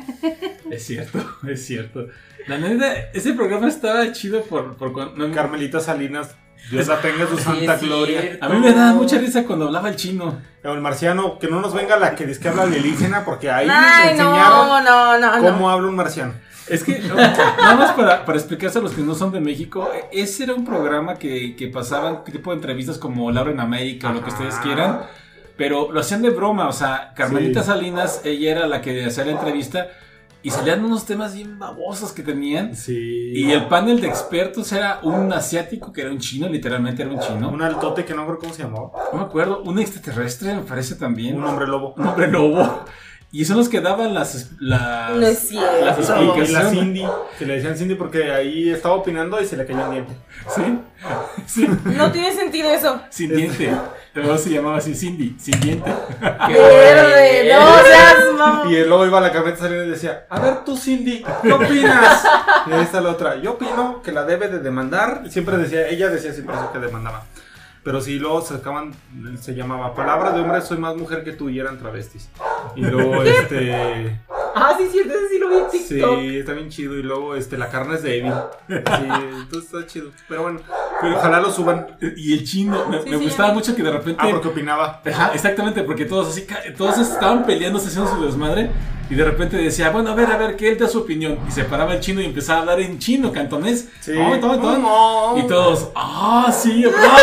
Es cierto, es cierto. La neta, ese programa estaba chido por... por cuan- no, Carmelita Salinas, Dios la tenga en su Sí, santa es gloria. cierto. a mí me daba mucha risa cuando hablaba el chino. O El marciano, que no nos venga la que dice que habla alienígena, porque ahí nos Ay, no, enseñaron no, no, cómo no. habla un marciano. Es que, nada más para, para explicarse a los que no son de México, ese era un programa que, que pasaban tipo de entrevistas como Laura en América o lo que ustedes quieran, pero lo hacían de broma, o sea, Carmelita Sí. Salinas, ella era la que hacía la entrevista y salían unos temas bien babosos que tenían. Sí. Y el panel de expertos era un asiático que era un chino, literalmente era un chino. Un altote que no creo cómo se llamaba. No me acuerdo, un extraterrestre me parece también. Un hombre lobo. Un hombre lobo. Y son los que daban las... las No es cierto. las Y la explicaciones. Cindy, que le decían Cindy porque ahí estaba opinando y se le cayó el diente. Sí, sí. No tiene sentido eso. Sin diente. Luego se llamaba así Cindy, sin diente. Verde, no seas Y mamón. el lobo iba a la camioneta saliendo y decía, a ver tú Cindy, ¿qué opinas? Y ahí está la otra, yo opino que la debe de demandar. Siempre decía, ella decía siempre eso que demandaba. Pero si luego sacaban, se llamaba Palabra de hombre, soy más mujer que tú y eran travestis. Y luego este... Ah, sí, cierto, ese sí lo vi en Sí, TikTok. está bien chido. Y luego este, la carne es débil. Sí, entonces está chido. Pero bueno, pero ojalá lo suban. Y el chino, me, Sí, me sí. gustaba mucho que de repente. Ah, porque opinaba. Ajá, exactamente, porque todos así, ca- todos estaban peleándose, haciendo su desmadre. Y de repente decía, bueno, a ver, a ver, que él da su opinión. Y se paraba el chino y empezaba a hablar en chino, cantonés. Sí. Mm, Ah, toma, toma. No. Y todos, ah, sí, bravo".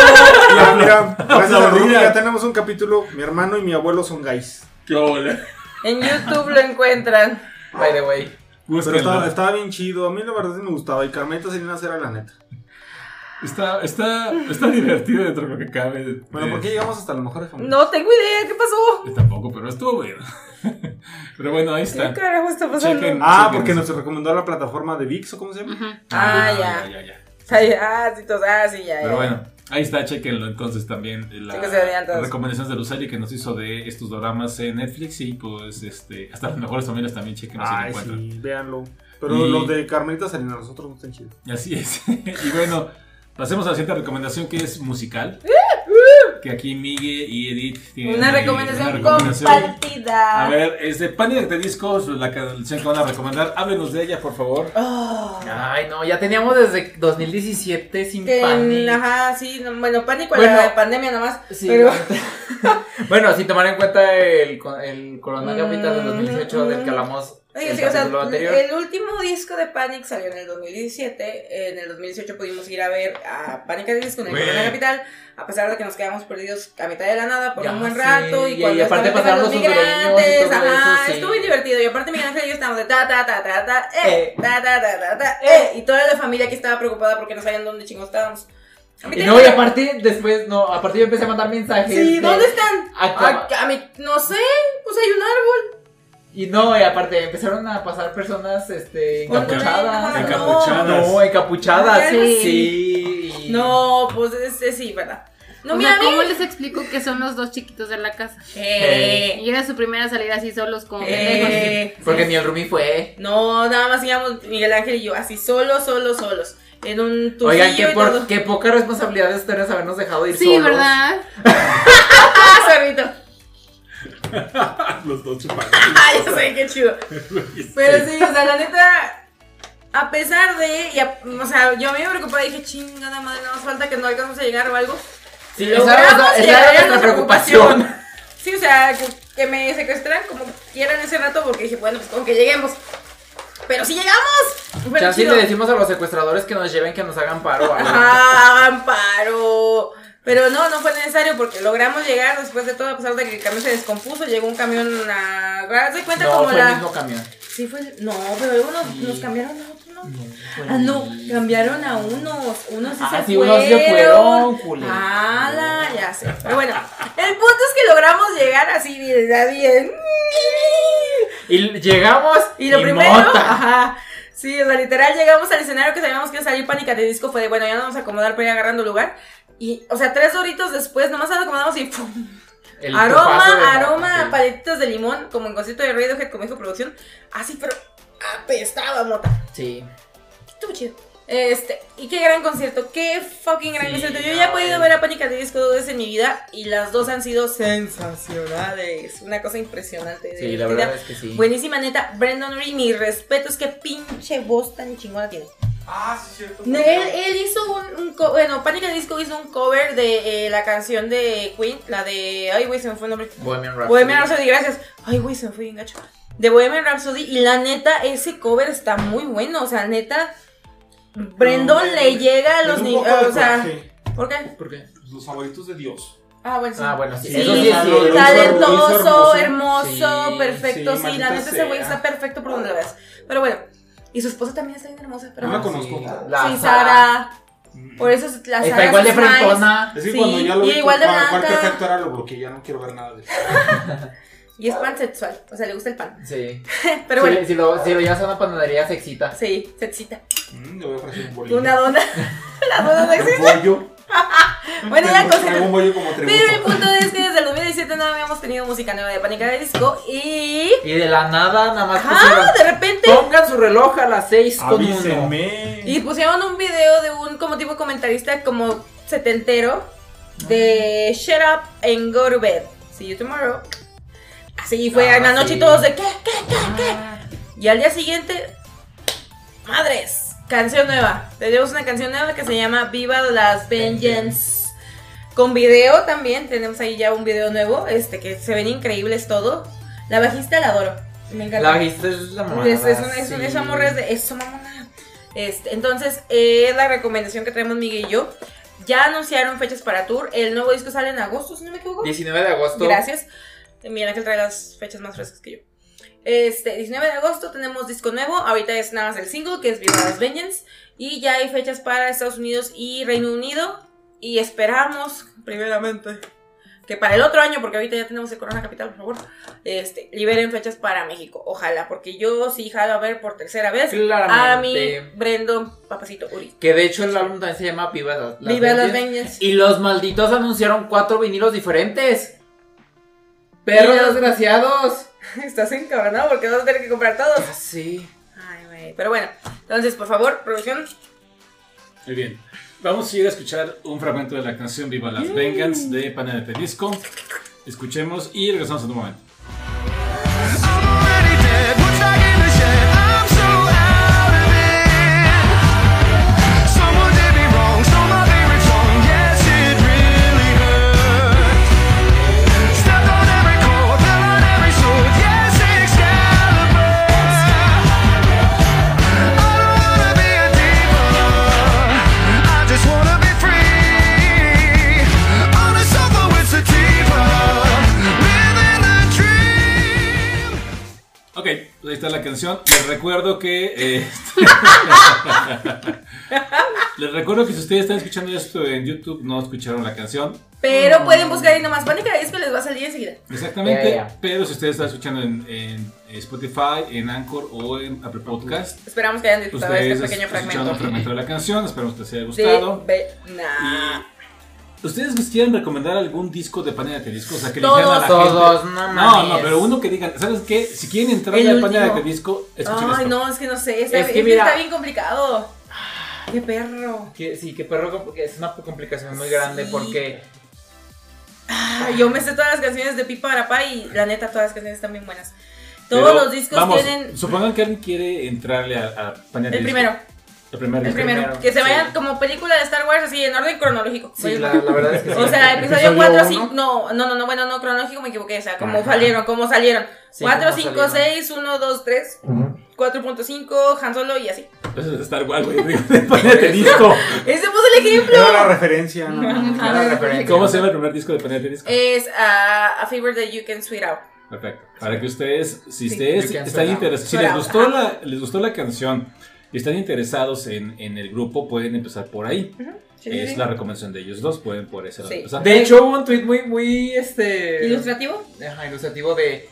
Ah, mira, gracias a Rudy Aplaudían. ya tenemos un capítulo. Mi hermano y mi abuelo son gays. Qué ole. En YouTube lo encuentran. By the way. Pero Búsquenlo. estaba, estaba bien chido. A mí la verdad sí me gustaba. Y Carmelita Salinas era la neta. Está, está, está divertido dentro de lo que cabe. Bueno, ¿por qué llegamos hasta las mejores familias? No tengo idea, ¿qué pasó? Eh, Tampoco, pero estuvo bueno. pero bueno, ahí está. ¿Qué carajo está pasando? Chequen. Ah, Sí, porque sí. nos recomendó la plataforma de VIX o cómo se llama. Ujú. Ah, ya. ya, ya. Ay, ah, sí, tos, ah, sí, ya, ya. Pero bueno, ahí está, chequenlo entonces también eh, la, Chéquense adelantos. las recomendaciones de Luceli que nos hizo de estos dramas en Netflix y pues este hasta las mejores familias también chequenlo si lo Ay, encuentran. sí, véanlo. Pero Y- los de Carmelita Salinas, los otros no están chidos. Así es. y bueno, pasemos a la siguiente recomendación que es musical. que aquí Miguel y Edith tienen Una eh, recomendación, una recomendación. compartida. A ver, es de Pánico de Discos, la canción que van a recomendar. Háblenos de ella, por favor. Oh, Ay, no, ya teníamos desde 2017 sin que, pánico. ajá, sí, no, bueno, pánico a Bueno. la pandemia nomás. Sí, pero, bueno, sin tomar en cuenta el, co- el Corona Mm, Capital del 2018 del que hablamos Oye, el Mm. sí, o sea, capítulo anterior. el último disco de Panic salió en el 2017. En el 2018 pudimos ir a ver a Panic at the Disco en el Güey. Corona Capital, a pesar de que nos quedamos perdidos a mitad de la nada por Ya un buen sé, rato. Y, y- cuando y aparte estaban pasaron los los hondureños y migrantes, todo ajá, eso, sí. estuvo muy divertido. Y aparte, Miguel Ángel y yo estábamos de ta, ta, ta, ta, ta, eh, Eh. ta, ta, ta, ta, ta, eh. Y toda la familia que estaba preocupada porque no sabían dónde chingos estábamos. A mí Y te- no, y aparte, después, no, aparte yo empecé a mandar mensajes. Sí, de- ¿dónde están? Acaba- Ah, a mí, no sé, pues hay un árbol. Y no, y aparte empezaron a pasar personas este, encapuchadas. Hondureñas, Encapuchadas. no. No, encapuchadas, Sí. sí. sí. No, pues es, es- sí, ¿verdad? No, O mira, a sea, mí- ¿cómo les explico que son los dos chiquitos de la casa? Eh, Y era su primera salida así solos como pendejos. eh, Porque ni el Rumi fue. No, nada más íbamos Miguel Ángel y yo, así solos, solos, solos. En un turno. Oigan, qué, y por- todo. qué poca responsabilidad es tener habernos dejado ir Sí, solos. ¿verdad? ¡Ah, zorrito! Los dos chupados. ¡Ay, Ah, ya sé, qué chido! Pero sí, o sea, la neta, a pesar de. y a- o sea, yo a mí me preocupaba, dije, chingada madre, nada más falta que no alcanzamos a llegar o algo. Sí, Lo esa, era- logramos esa llegar a era nuestra nuestra preocupación. Sí, o sea, que, que me secuestraran como quieran ese rato, porque dije, bueno, pues como que lleguemos. Pero sí llegamos. Fue Chance y chido. le decimos a los secuestradores que nos lleven, que nos hagan paro. o algo. Ajá, amparo. Pero no, no fue necesario porque logramos llegar después de todo, a pesar de que el camión se descompuso, llegó un camión a... Haz de cuenta No, como fue la... el mismo camión. Sí fue el- No, pero luego nos, Sí. nos cambiaron a otro, ¿no? fue Ah, no, el- cambiaron a unos, unos sí Ah, se sí, fueron. unos se fueron, culero. Ala, ya sé. Pero bueno, el punto es que logramos llegar así bien, ya bien. Y llegamos Y lo primero, mota. ajá. Sí, o sea, literal llegamos al escenario que sabíamos que iba a salir pánica de disco. Fue de bueno, ya nos vamos a acomodar para ir agarrando lugar. Y, o sea, tres horitos después, nomás nos acomodamos y ¡pum! El tufazo de Aroma, mota, aroma, sí. paletitas de limón, como en concierto de Radiohead, como dijo producción. Así, pero apestaba mota. Sí. Estuvo chido. Este, y qué gran concierto, qué fucking gran Sí, concierto. Yo no, ya he podido eh. ver a Pánica de Disco dos veces en mi vida y las dos han sido sensacionales. Una cosa impresionante. Sí, divertida. la verdad es que sí. Buenísima neta, Brandon Lee, mi respeto, es que pinche voz tan chingona tiene. Ah, sí, cierto. Él, él hizo un, un co- bueno, Panic! at the Disco hizo un cover de eh, la canción de Queen, la de, ay güey, se me fue el nombre. Bohemian Rhapsody. Bohemian Rhapsody, gracias. Ay güey, se me fue bien gacho. De Bohemian Rhapsody, y la neta, ese cover está muy bueno, o sea, neta, Brendon No, le llega a Me da los un ni- poco de o sea, coraje. ¿por qué? ¿Por qué? Los favoritos de Dios. Ah, bueno, sí. Ah, bueno, sí. Sí, Eso sí es sí, cierto. Lo hizo talentoso, hermoso. hermoso, Sí, perfecto, sí, sí, la maldita neta ese güey sea. está perfecto por donde lo veas. Pero bueno, y su esposa también está bien hermosa, pero No la bueno. conozco. La sí, Sara. Por eso es- la Sara Está igual de Smiles. frentona. Es que Sí, cuando ya lo y vi, igual de ¿cuál, cuál blanca. perfecto era lo porque ya no quiero ver nada de eso. Y es pansexual, o sea, le gusta el pan. Sí. Pero Si- bueno, si, lo, si lo llevas a una panadería se excita. sí, se excita. Mm, le voy a ofrecer un bolillo. Una dona. Las donas no Un existen. bollo. Bueno, ya Traigo un cosita. bollo como tributo. Pero el punto es que desde el 2017 no habíamos tenido música nueva de Pánica de Disco y. Y de la nada, nada Pues más ¡Ah! De repente. pusieron, Pongan su reloj a las 6 con uno. Avísenme. Y pusieron un video de un como tipo comentarista como setentero de Shut Up and Go to Bed. See you tomorrow. Así fue Ah, en la noche y sí. todos de qué, qué, qué, qué. Y al día siguiente, madres, canción nueva. Tenemos una canción nueva que se llama Viva las Vengeance. Con video también, tenemos ahí ya un video nuevo, este que se ven increíbles todo. La bajista la adoro. Me encanta. La vista es la mamada. Es, es, una, es, sí. una- esa morra es de eso, mamona. Este, entonces, es la recomendación que traemos Miguel y yo. Ya anunciaron fechas para tour. El nuevo disco sale en agosto, si no me equivoco. 19 de agosto. Gracias. Miguel Ángel trae las fechas más frescas que yo. Este, 19 de agosto tenemos disco nuevo. Ahorita es nada más el single, que es Viva las Vengeance. Y ya hay fechas para Estados Unidos y Reino Unido. Y esperamos, primeramente, que para el otro año, porque ahorita ya tenemos el Corona Capital, por favor, este, liberen fechas para México. Ojalá, porque yo sí jalo a ver por tercera vez a mi Claramente. Brendo Papacito Uri. Que de hecho el álbum también se llama Viva las, las Viva las Vengeance. Vengeance. Y los malditos anunciaron cuatro vinilos diferentes. Perros Mira. desgraciados. Estás encabronado porque vas a tener que comprar todos. Sí. Ay, güey. Pero bueno, entonces, por favor, producción, Muy bien. Vamos a ir a escuchar un fragmento de la canción Viva las Vengas de Panel de Pelisco. Escuchemos y regresamos en un momento. I'm already dead, put back in the shed. I'm so out of it. Someone did me wrong, stole my favorite song. Yes, it really hurt. Stepped on every chord, fell on every sword. Yes, Excalibur. I don't wanna be a diva. I just wanna be free. On a sofa with sativa, living a dream. Ok, pues ahí está la canción. Les recuerdo que. eh, Les recuerdo que si ustedes están escuchando esto en YouTube, no escucharon la canción. Pero pueden buscar ahí nomás Pánica y es que les va a salir enseguida. Exactamente. Ya, ya. Pero si ustedes están escuchando en, en Spotify, en Anchor o en Apple Podcast, Esperamos que hayan disfrutado de ustedes este pequeño están escuchando fragmento. un fragmento de la canción. Esperamos que les haya De gustado. Vietnam. Ah. ¿Ustedes les quieren recomendar algún disco de Panera Telisco? O sea, que le dijeran a Todos, la Todos, gente. no No, mames. no, pero uno que digan, ¿sabes qué? Si quieren entrar El al Panera último. Telisco, escuchen Ay, esto. no, es que no sé. Está, Es que es que mira- está bien complicado. Qué perro. Que- sí, que perro compl- que es una complicación muy grande Sí. porque Ay, yo me sé todas las canciones de Pipa Arapá y la neta, todas las canciones están bien buenas. Todos Pero, los discos vamos, tienen. Supongan que alguien quiere entrarle a, a Panera El Telisco. primero, El primero. el primero. Que se sí. vayan como película de Star Wars así en orden cronológico. Pues, Voy- sí, la, la verdad es que sí. O sea, episodio Episodio 4, uno. 5. No, no, no, no, bueno, no cronológico, me equivoqué. O sea, como Ajá. salieron, como salieron. Sí, 4, como 5, salieron. 6, 1, 2, 3, 4.5, Han Solo y así. Eso es Star Wars, güey. De Panera Telisco. Ese puso el ejemplo. Era la referencia, ¿no? Era la referencia. ¿Cómo se llama el primer disco de Panera Telisco? Es ah, a, a Favor That You Can Sweet Out. Perfecto. Para que ustedes, si Sí. ustedes You can están sort out. interesados, si Sort les out. gustó, la, les gustó la canción y están interesados en, en el grupo, pueden empezar por ahí. Sí, sí, es sí. la recomendación de ellos dos, pueden por ese lado Sí. empezar. De hecho, hubo un tweet muy, muy, este... ¿Ilustrativo? Ajá, ilustrativo de...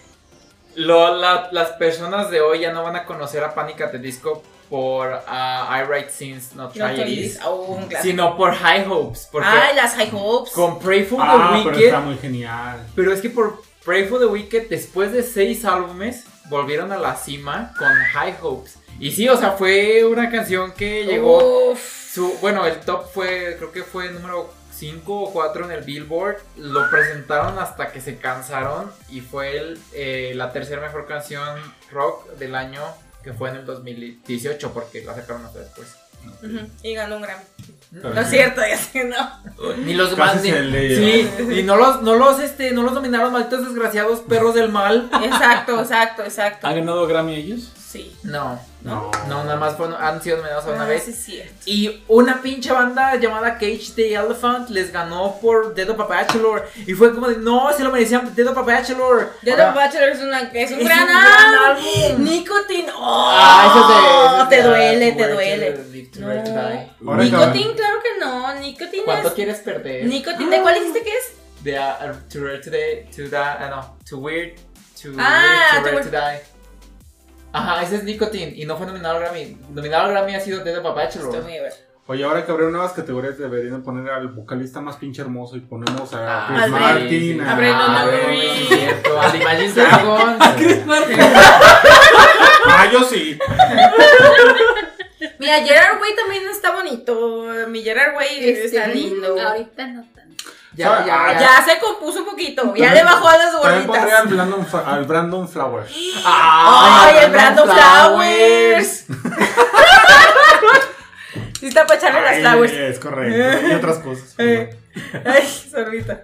lo- la- las personas de hoy ya no van a conocer a Pánica de Disco por ah, I Write Sins, Not No, Tragedies, oh, un clásico. sino por High Hopes, porque Ay, las High Hopes. con Pray for Ah, the pero Wicked está muy genial. Pero es que por Pray for the Wicked, después de seis álbumes, volvieron a la cima con High Hopes. Y sí, o sea, fue una canción que Oh. llegó. Uf. Su, bueno, el top fue, creo que fue número 5 o 4 en el Billboard. Lo presentaron hasta que se cansaron y fue el, eh, la tercera mejor canción rock del año que fue en el 2018, porque la sacaron hasta después. Ujú, Y ganó un Grammy. Pero No es sí. cierto, ya sé, no. Ni los Casi más. ni- se le- Sí, y no los, no los, este, no los dominaron malditos desgraciados perros del mal. Exacto, exacto, exacto. ¿Han ganado Grammy ellos? Sí. No, No. No, nada más fueron- han sido nominados a una Ah, vez. sí, sí. Y una pinche banda llamada Cage the Elephant les ganó por Dead of a Bachelor. Y fue como de, no, se lo merecían Dead of a Bachelor. The Ahora- Love Bachelor es, una- es un Es gran un gran álbum. álbum. Nicotine. Oh, Ah, ese es de- ese es te de- duele, Where te to duele. Live to No. Where to Die. Ahora Nicotine, claro que no. Nicotine ¿Cuánto es. quieres perder? Nicotine, ¿de cuál dijiste que es? De uh, To Rare to Die, to Die, ah, no, To Weird, To Ah, Weird, to To Rare to Die. Ajá, ese es Nicotine y no fue nominado al Grammy. Nominado al Grammy ha sido Dead of a Estoy Bachelor. muy bien. Oye, ahora que abrieron nuevas categorías, deberían poner al vocalista más pinche hermoso y ponemos a Ah, Chris al Martin. sí, sí. a Brandon Ah, Urie. bueno, sí, cierto, Al Imagine Dragons. Ah, yo sí. Mira, Gerard Way también está bonito. Mi Gerard Way Este, está lindo. Ah, Ahorita no tanto. Ya, ya, Ah, ya. Ya se compuso un poquito. Ya le bajó a las También pondré al gorditas. Brandon, Fa- al Brandon Flowers. Ah, ¡Ay, el Brandon Flowers! Sí está para echarle las Ay, flowers. Es correcto. Y otras cosas. Eh. Ay, Ah, sorbita.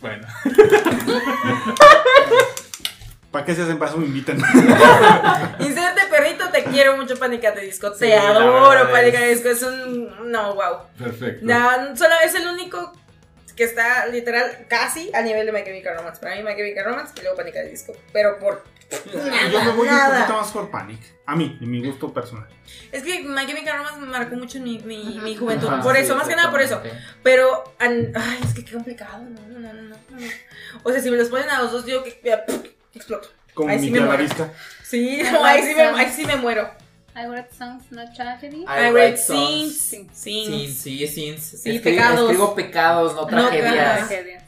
Bueno. ¿Para qué se hacen paso? Me invitan. Inserte perrito, te quiero mucho, Pánica de Disco. Te Sí, la adoro, verdad Pánica de es- Disco. Es un. No, wow. Perfecto. Na- solo es el único que está literal casi al nivel de My Chemical Romance. Para mí, My Chemical Romance y luego Pánica de Disco. Pero por. Yo me voy Nada. un poquito más por Panic. A mí, en mi gusto personal. Es que My Chemical Romance me marcó mucho mi, mi, Ajá. mi juventud. Ajá, por Ah, sí, eso, más que nada por eso. exactamente. Pero, an- ay, es que qué complicado. No, no, no, no, no, no. O sea, si me los ponen a los dos, yo que, ya, pff, exploto. Como Ay, mi sí me muero. clavadista. Sí, Me no, ahí, sí me, avanzan. ahí sí me muero. I wrote songs, not tragedy. I I read write songs. sins. Sin, Sins. sí, sin. Sí, pecados. Escribo pecados, no No, tragedias. claro. Tragedia.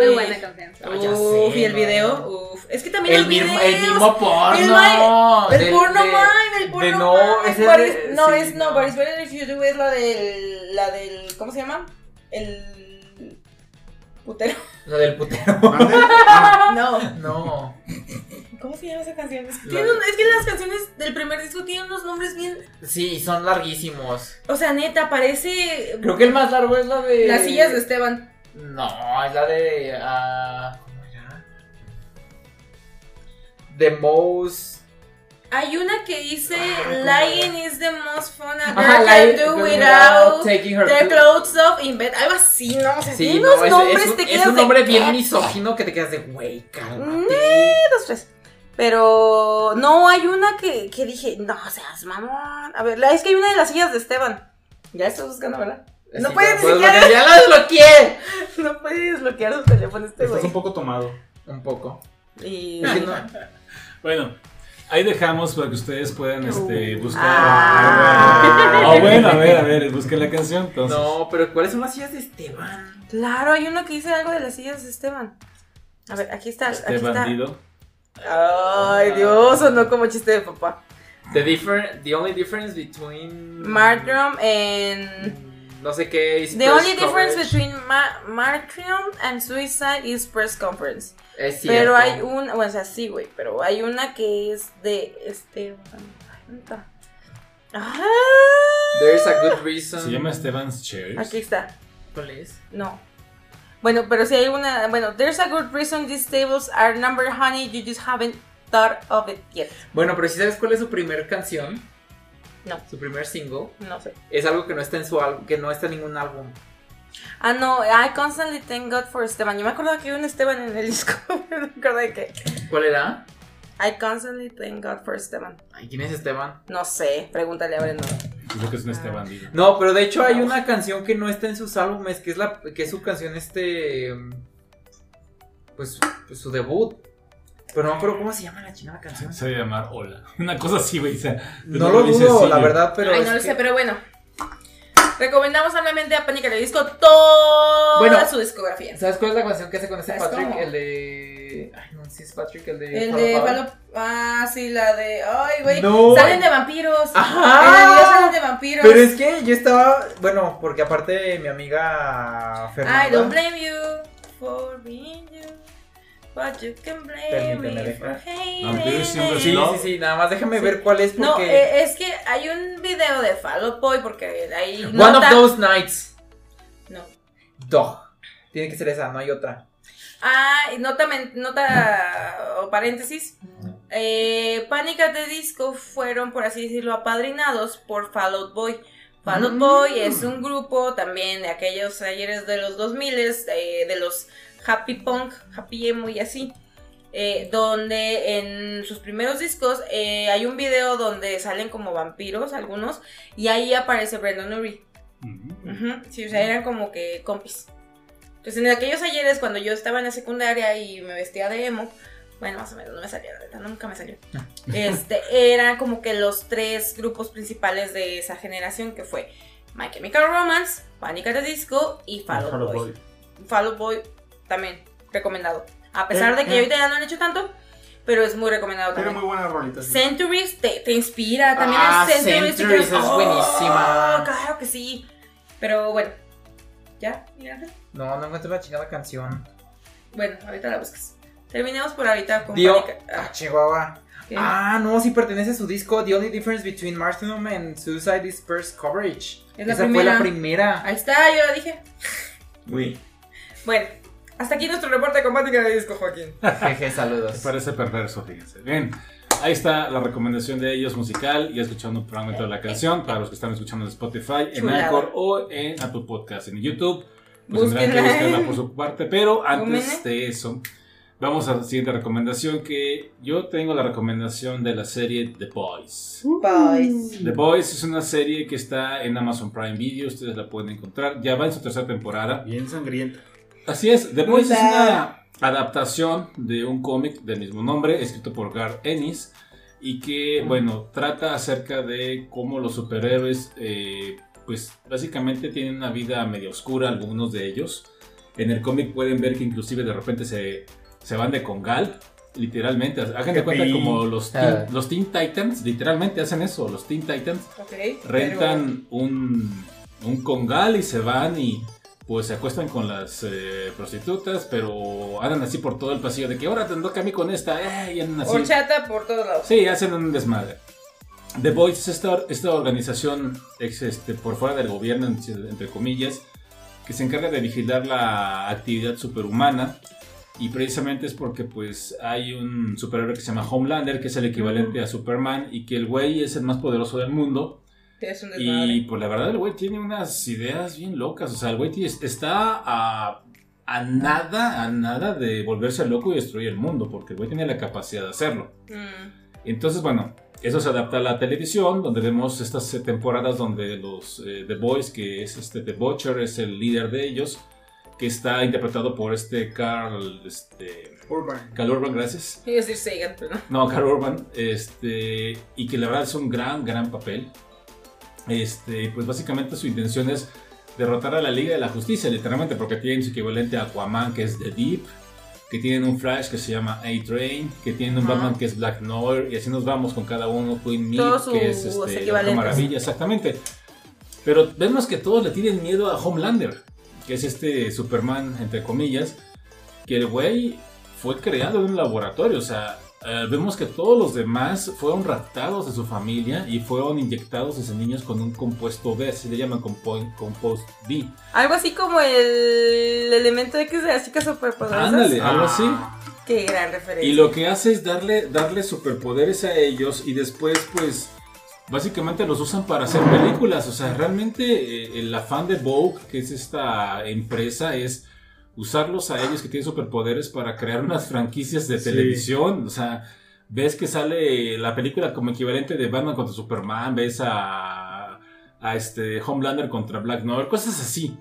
Muy buena canción. Ah, ya Uf, sé, y el no, video, no. uf. Es que también el, El, video. mismo, el mismo porno. El, del- porno, de- mime, el de porno. no, mime. ese What de- is- no, sí, es no, no. but it's better if you do es la del. La del. ¿Cómo se llama? El. Putero. Lo del putero. ¿Mande? Ah, No. No. ¿Cómo se llama esa canción? Es que, La- tiene un- es que las canciones del primer disco tienen unos nombres bien. Sí, son larguísimos. O sea, neta, parece. Creo que el más largo es la de. Las sillas de Esteban. No, es la de. ah, ¿Cómo era? The Most. Hay una que dice Ah, ¿cómo Lying is the most fun a girl Ajá, la can de- do without Taking her their to- clothes off in bed. Algo así, ¿no? O sea, Sí, tiene no, unos es, nombres es un, te es quedas un de- "Ah". nombre bien misógino que te quedas de, güey, cálmate. dos, tres. Pero no, hay una que, que dije, no seas mamón. A ver, la- es que hay una de las sillas de Esteban. Ya estás buscando, ¿verdad? Mm, No Así, puedes ni pues, siquiera- porque ¡Ya lo desbloqueé! No puede desbloquear su teléfono este estás güey. un poco tomado. Un poco. Y... Es que no- Bueno, ahí dejamos para que ustedes puedan este, buscar. Ah. Ah, bueno, a ver, a ver, busquen la canción. Entonces. No, pero ¿cuáles son las sillas de Esteban? Claro, hay una que dice algo de las sillas de Esteban. A ver, aquí está. Este aquí está. bandido. Ay, Dios, sonó como chiste de papá. The, different, the only difference between. Mm, Martyrdom and. No sé qué is The press only difference coverage. between ma- martyrdom and suicide is press conference. Es cierto. Pero hay una, o sea, sí, güey, pero hay una que es de este. ay, ¿dónde está? ¡Ah! There's a good reason. Se llama Esteban's Chairs. Aquí está. ¿Cuál es? No. Bueno, pero sí hay una. Bueno, there's a good reason these tables are number honey, you just haven't thought of it yet. Bueno, pero si sabes cuál es su primer canción. No. Su primer single. No sé. Es algo que no está en su álbum, que no está en ningún álbum. Ah, no, I constantly thank God for Esteban. Yo me acuerdo que hay un Esteban en el disco. pero no me acuerdo de qué. ¿Cuál era? I constantly thank God for Esteban. Ay, ¿quién es Esteban? No sé, pregúntale a Brenda. Creo que es un este bandido. No, pero de hecho hay una canción que no está en sus álbumes, que es la que es su canción este pues, pues su debut. Pero no me acuerdo cómo se llama la chingada canción. Se debe llamar Hola. Una cosa así, güey. o sea, Pues No lo dices, dudo, sí, la yo- verdad, pero Ay, es no lo que- sé, pero bueno. Recomendamos ampliamente a Pánica en el disco toda Bueno. su discografía. ¿Sabes cuál es la canción que hace con ese ¿Sabes Patrick? cómo? El de Ay, no, sí es Patrick, el de El Follow de Power. Palo. Ah, sí, la de. Ay, güey. No. Salen de vampiros. Ajá. En el video salen de vampiros. Pero es que yo estaba, bueno, porque aparte mi amiga Fernanda I don't blame you for being you. But you can blame Permíteme, me for deja. Vampiros siempre Pues Sí, son- hating. it. ¿No? sí, sí, nada más déjame Sí. ver cuál es porque No, eh, es que hay un video de Fallout Boy porque ahí. One of nota- those nights. No. Dog. Tiene que ser esa, no hay otra. Ah, y nota, men- nota o paréntesis. Eh, Pánicas de disco fueron, por así decirlo, apadrinados por Fall Out Boy. Fall Out Boy es un grupo también de aquellos ayeres de los 2000, eh, de los happy punk, happy emo y así. eh, donde en sus primeros discos eh, hay un video donde salen como vampiros algunos y ahí aparece Brandon Urie. Ujú. Ujú, Sí, o sea, eran como que compis. Entonces, en aquellos ayeres, cuando yo estaba en la secundaria y me vestía de emo, bueno, más o menos, no me salía, la neta, nunca me salió. Este, eran como que los tres grupos principales de esa generación, que fue My Chemical Romance, Panic! at the Disco y Fall Out Fall Out Boy. Boy. Fall Out Boy también, recomendado. A pesar Eh, de que eh. ahorita ya no han hecho tanto, pero es muy recomendado Tiene también. muy buenas rolitas. sí. Centuries te, te inspira, también Ah, el Centuries, te Centuries quedas, es "Oh, buenísima". Claro que sí. Pero bueno. ¿Ya? Mira. No, no encuentro la chingada canción. Bueno, ahorita la buscas. Terminemos por ahorita con Dio. Pánica. Ah, Ah, Chihuahua. ¿qué? Ah, no, sí pertenece a su disco The Only Difference Between Martyrdom and Suicide is First Coverage. Es la esa primera. fue la primera. Ahí está, yo la dije. Uy. Bueno, hasta aquí nuestro reporte con Pánica de disco, Joaquín. Jeje, saludos. Parece perverso, fíjense. Bien, ahí está la recomendación de ellos musical. Ya escuchando programa toda la canción. Para los que están escuchando en Spotify, en Chulada. Anchor o en Apple Podcast, en YouTube. Pues tendrán que Búsquenla. buscarla por su parte. Pero antes Tómenla. de eso, vamos a la siguiente recomendación. Que yo tengo la recomendación de la serie The Boys. Uh. Boys. The Boys es una serie que está en Amazon Prime Video. Ustedes la pueden encontrar. Ya va en su tercera temporada. Bien sangrienta. Así es, The Boys es Hola. una adaptación de un cómic del mismo nombre, escrito por Gar Ennis, y que, bueno, trata acerca de cómo los superhéroes, eh, pues básicamente tienen una vida medio oscura, algunos de ellos, En el cómic pueden ver que inclusive de repente se, se van de congal, literalmente. Hagan de cuenta Pi. como los teen, Ah. los teen Titans, literalmente hacen eso, los Teen Titans Ok. rentan un, un congal y se van y pues se acuestan con las eh, prostitutas, pero andan así por todo el pasillo de que ahora te toca a mí con esta, eh", y andan pero así. Horchata por todos lados. Sí, hacen un desmadre. The Voice es esta, esta organización ex- este, por fuera del gobierno, en- entre comillas, que se encarga de vigilar la actividad superhumana. Y precisamente es porque pues hay un superhéroe que se llama Homelander, que es el equivalente a Superman, y que el güey es el más poderoso del mundo. Es un desmadre. Y pues la verdad el güey tiene unas ideas bien locas. O sea, el güey tiene- está a, a nada, a nada de volverse loco y destruir el mundo, porque el güey tiene la capacidad de hacerlo. Mm. Entonces, bueno, eso se adapta a la televisión, donde vemos estas eh, temporadas donde los eh, The Boys, que es este The Butcher, es el líder de ellos, que está interpretado por este Carl, este, Urban. Carl Urban, gracias. Iba a decir Sagan, pero no. No, Carl Urban, este, y que la verdad es un gran, gran papel. Este, pues básicamente su intención es derrotar a la Liga de la Justicia, literalmente, porque tienen su equivalente a Aquaman, que es The Deep, que tienen un Flash que se llama A-Train, que tienen un Ajá. Batman que es Black Noir, y así nos vamos con cada uno, Queen Meek, Todos sus que es este, la Mujer equivalentes. Maravilla, exactamente. Pero vemos que todos le tienen miedo a Homelander, que es este Superman, entre comillas, que el güey fue creado en un laboratorio, o sea, eh, vemos que todos los demás fueron raptados de su familia y fueron inyectados desde niños con un compuesto B, así le llaman compo- compost B. Algo así como el elemento X de las chicas superpoderosas. Ándale, algo así. Ah, Qué gran referencia. Y lo que hace es darle, darle superpoderes a ellos y después, pues, básicamente los usan para hacer películas. O sea, realmente eh, el afán de Vogue, que es esta empresa, es usarlos a ellos que tienen superpoderes para crear unas franquicias de Sí. televisión. O sea, ves que sale la película como equivalente de Batman contra Superman, ves a, a este Homelander contra Black Noir, cosas así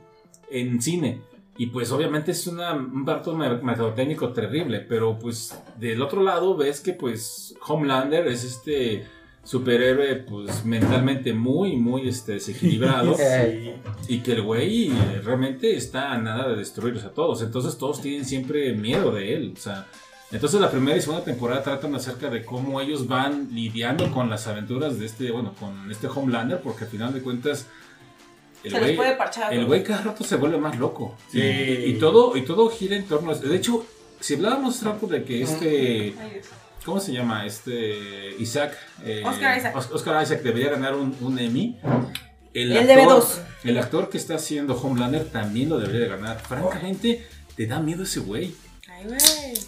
en cine. Y pues obviamente es una, un parto mer- mercadotécnico terrible, pero pues del otro lado ves que pues Homelander es este superhéroe pues mentalmente muy, muy este, desequilibrado Sí. y que el güey eh, realmente está a nada de destruirlos a todos. Entonces todos tienen siempre miedo de él. O sea, entonces la primera y segunda temporada tratan acerca de cómo ellos van lidiando con las aventuras de este, bueno, con este Homelander, porque al final de cuentas... El se los güey- puede parchar. el güey cada rato se vuelve más loco. Sí. Y, y todo, y todo gira en torno a De hecho, si hablábamos hace rato de que este. Ay, Dios. ¿Cómo se llama? Este. Isaac. eh, Oscar Isaac. Os- Oscar Isaac debería ganar un, un Emmy. El Él debe dos. El actor que está haciendo Homelander también lo debería de ganar. Francamente, te da miedo ese güey. Ay, güey.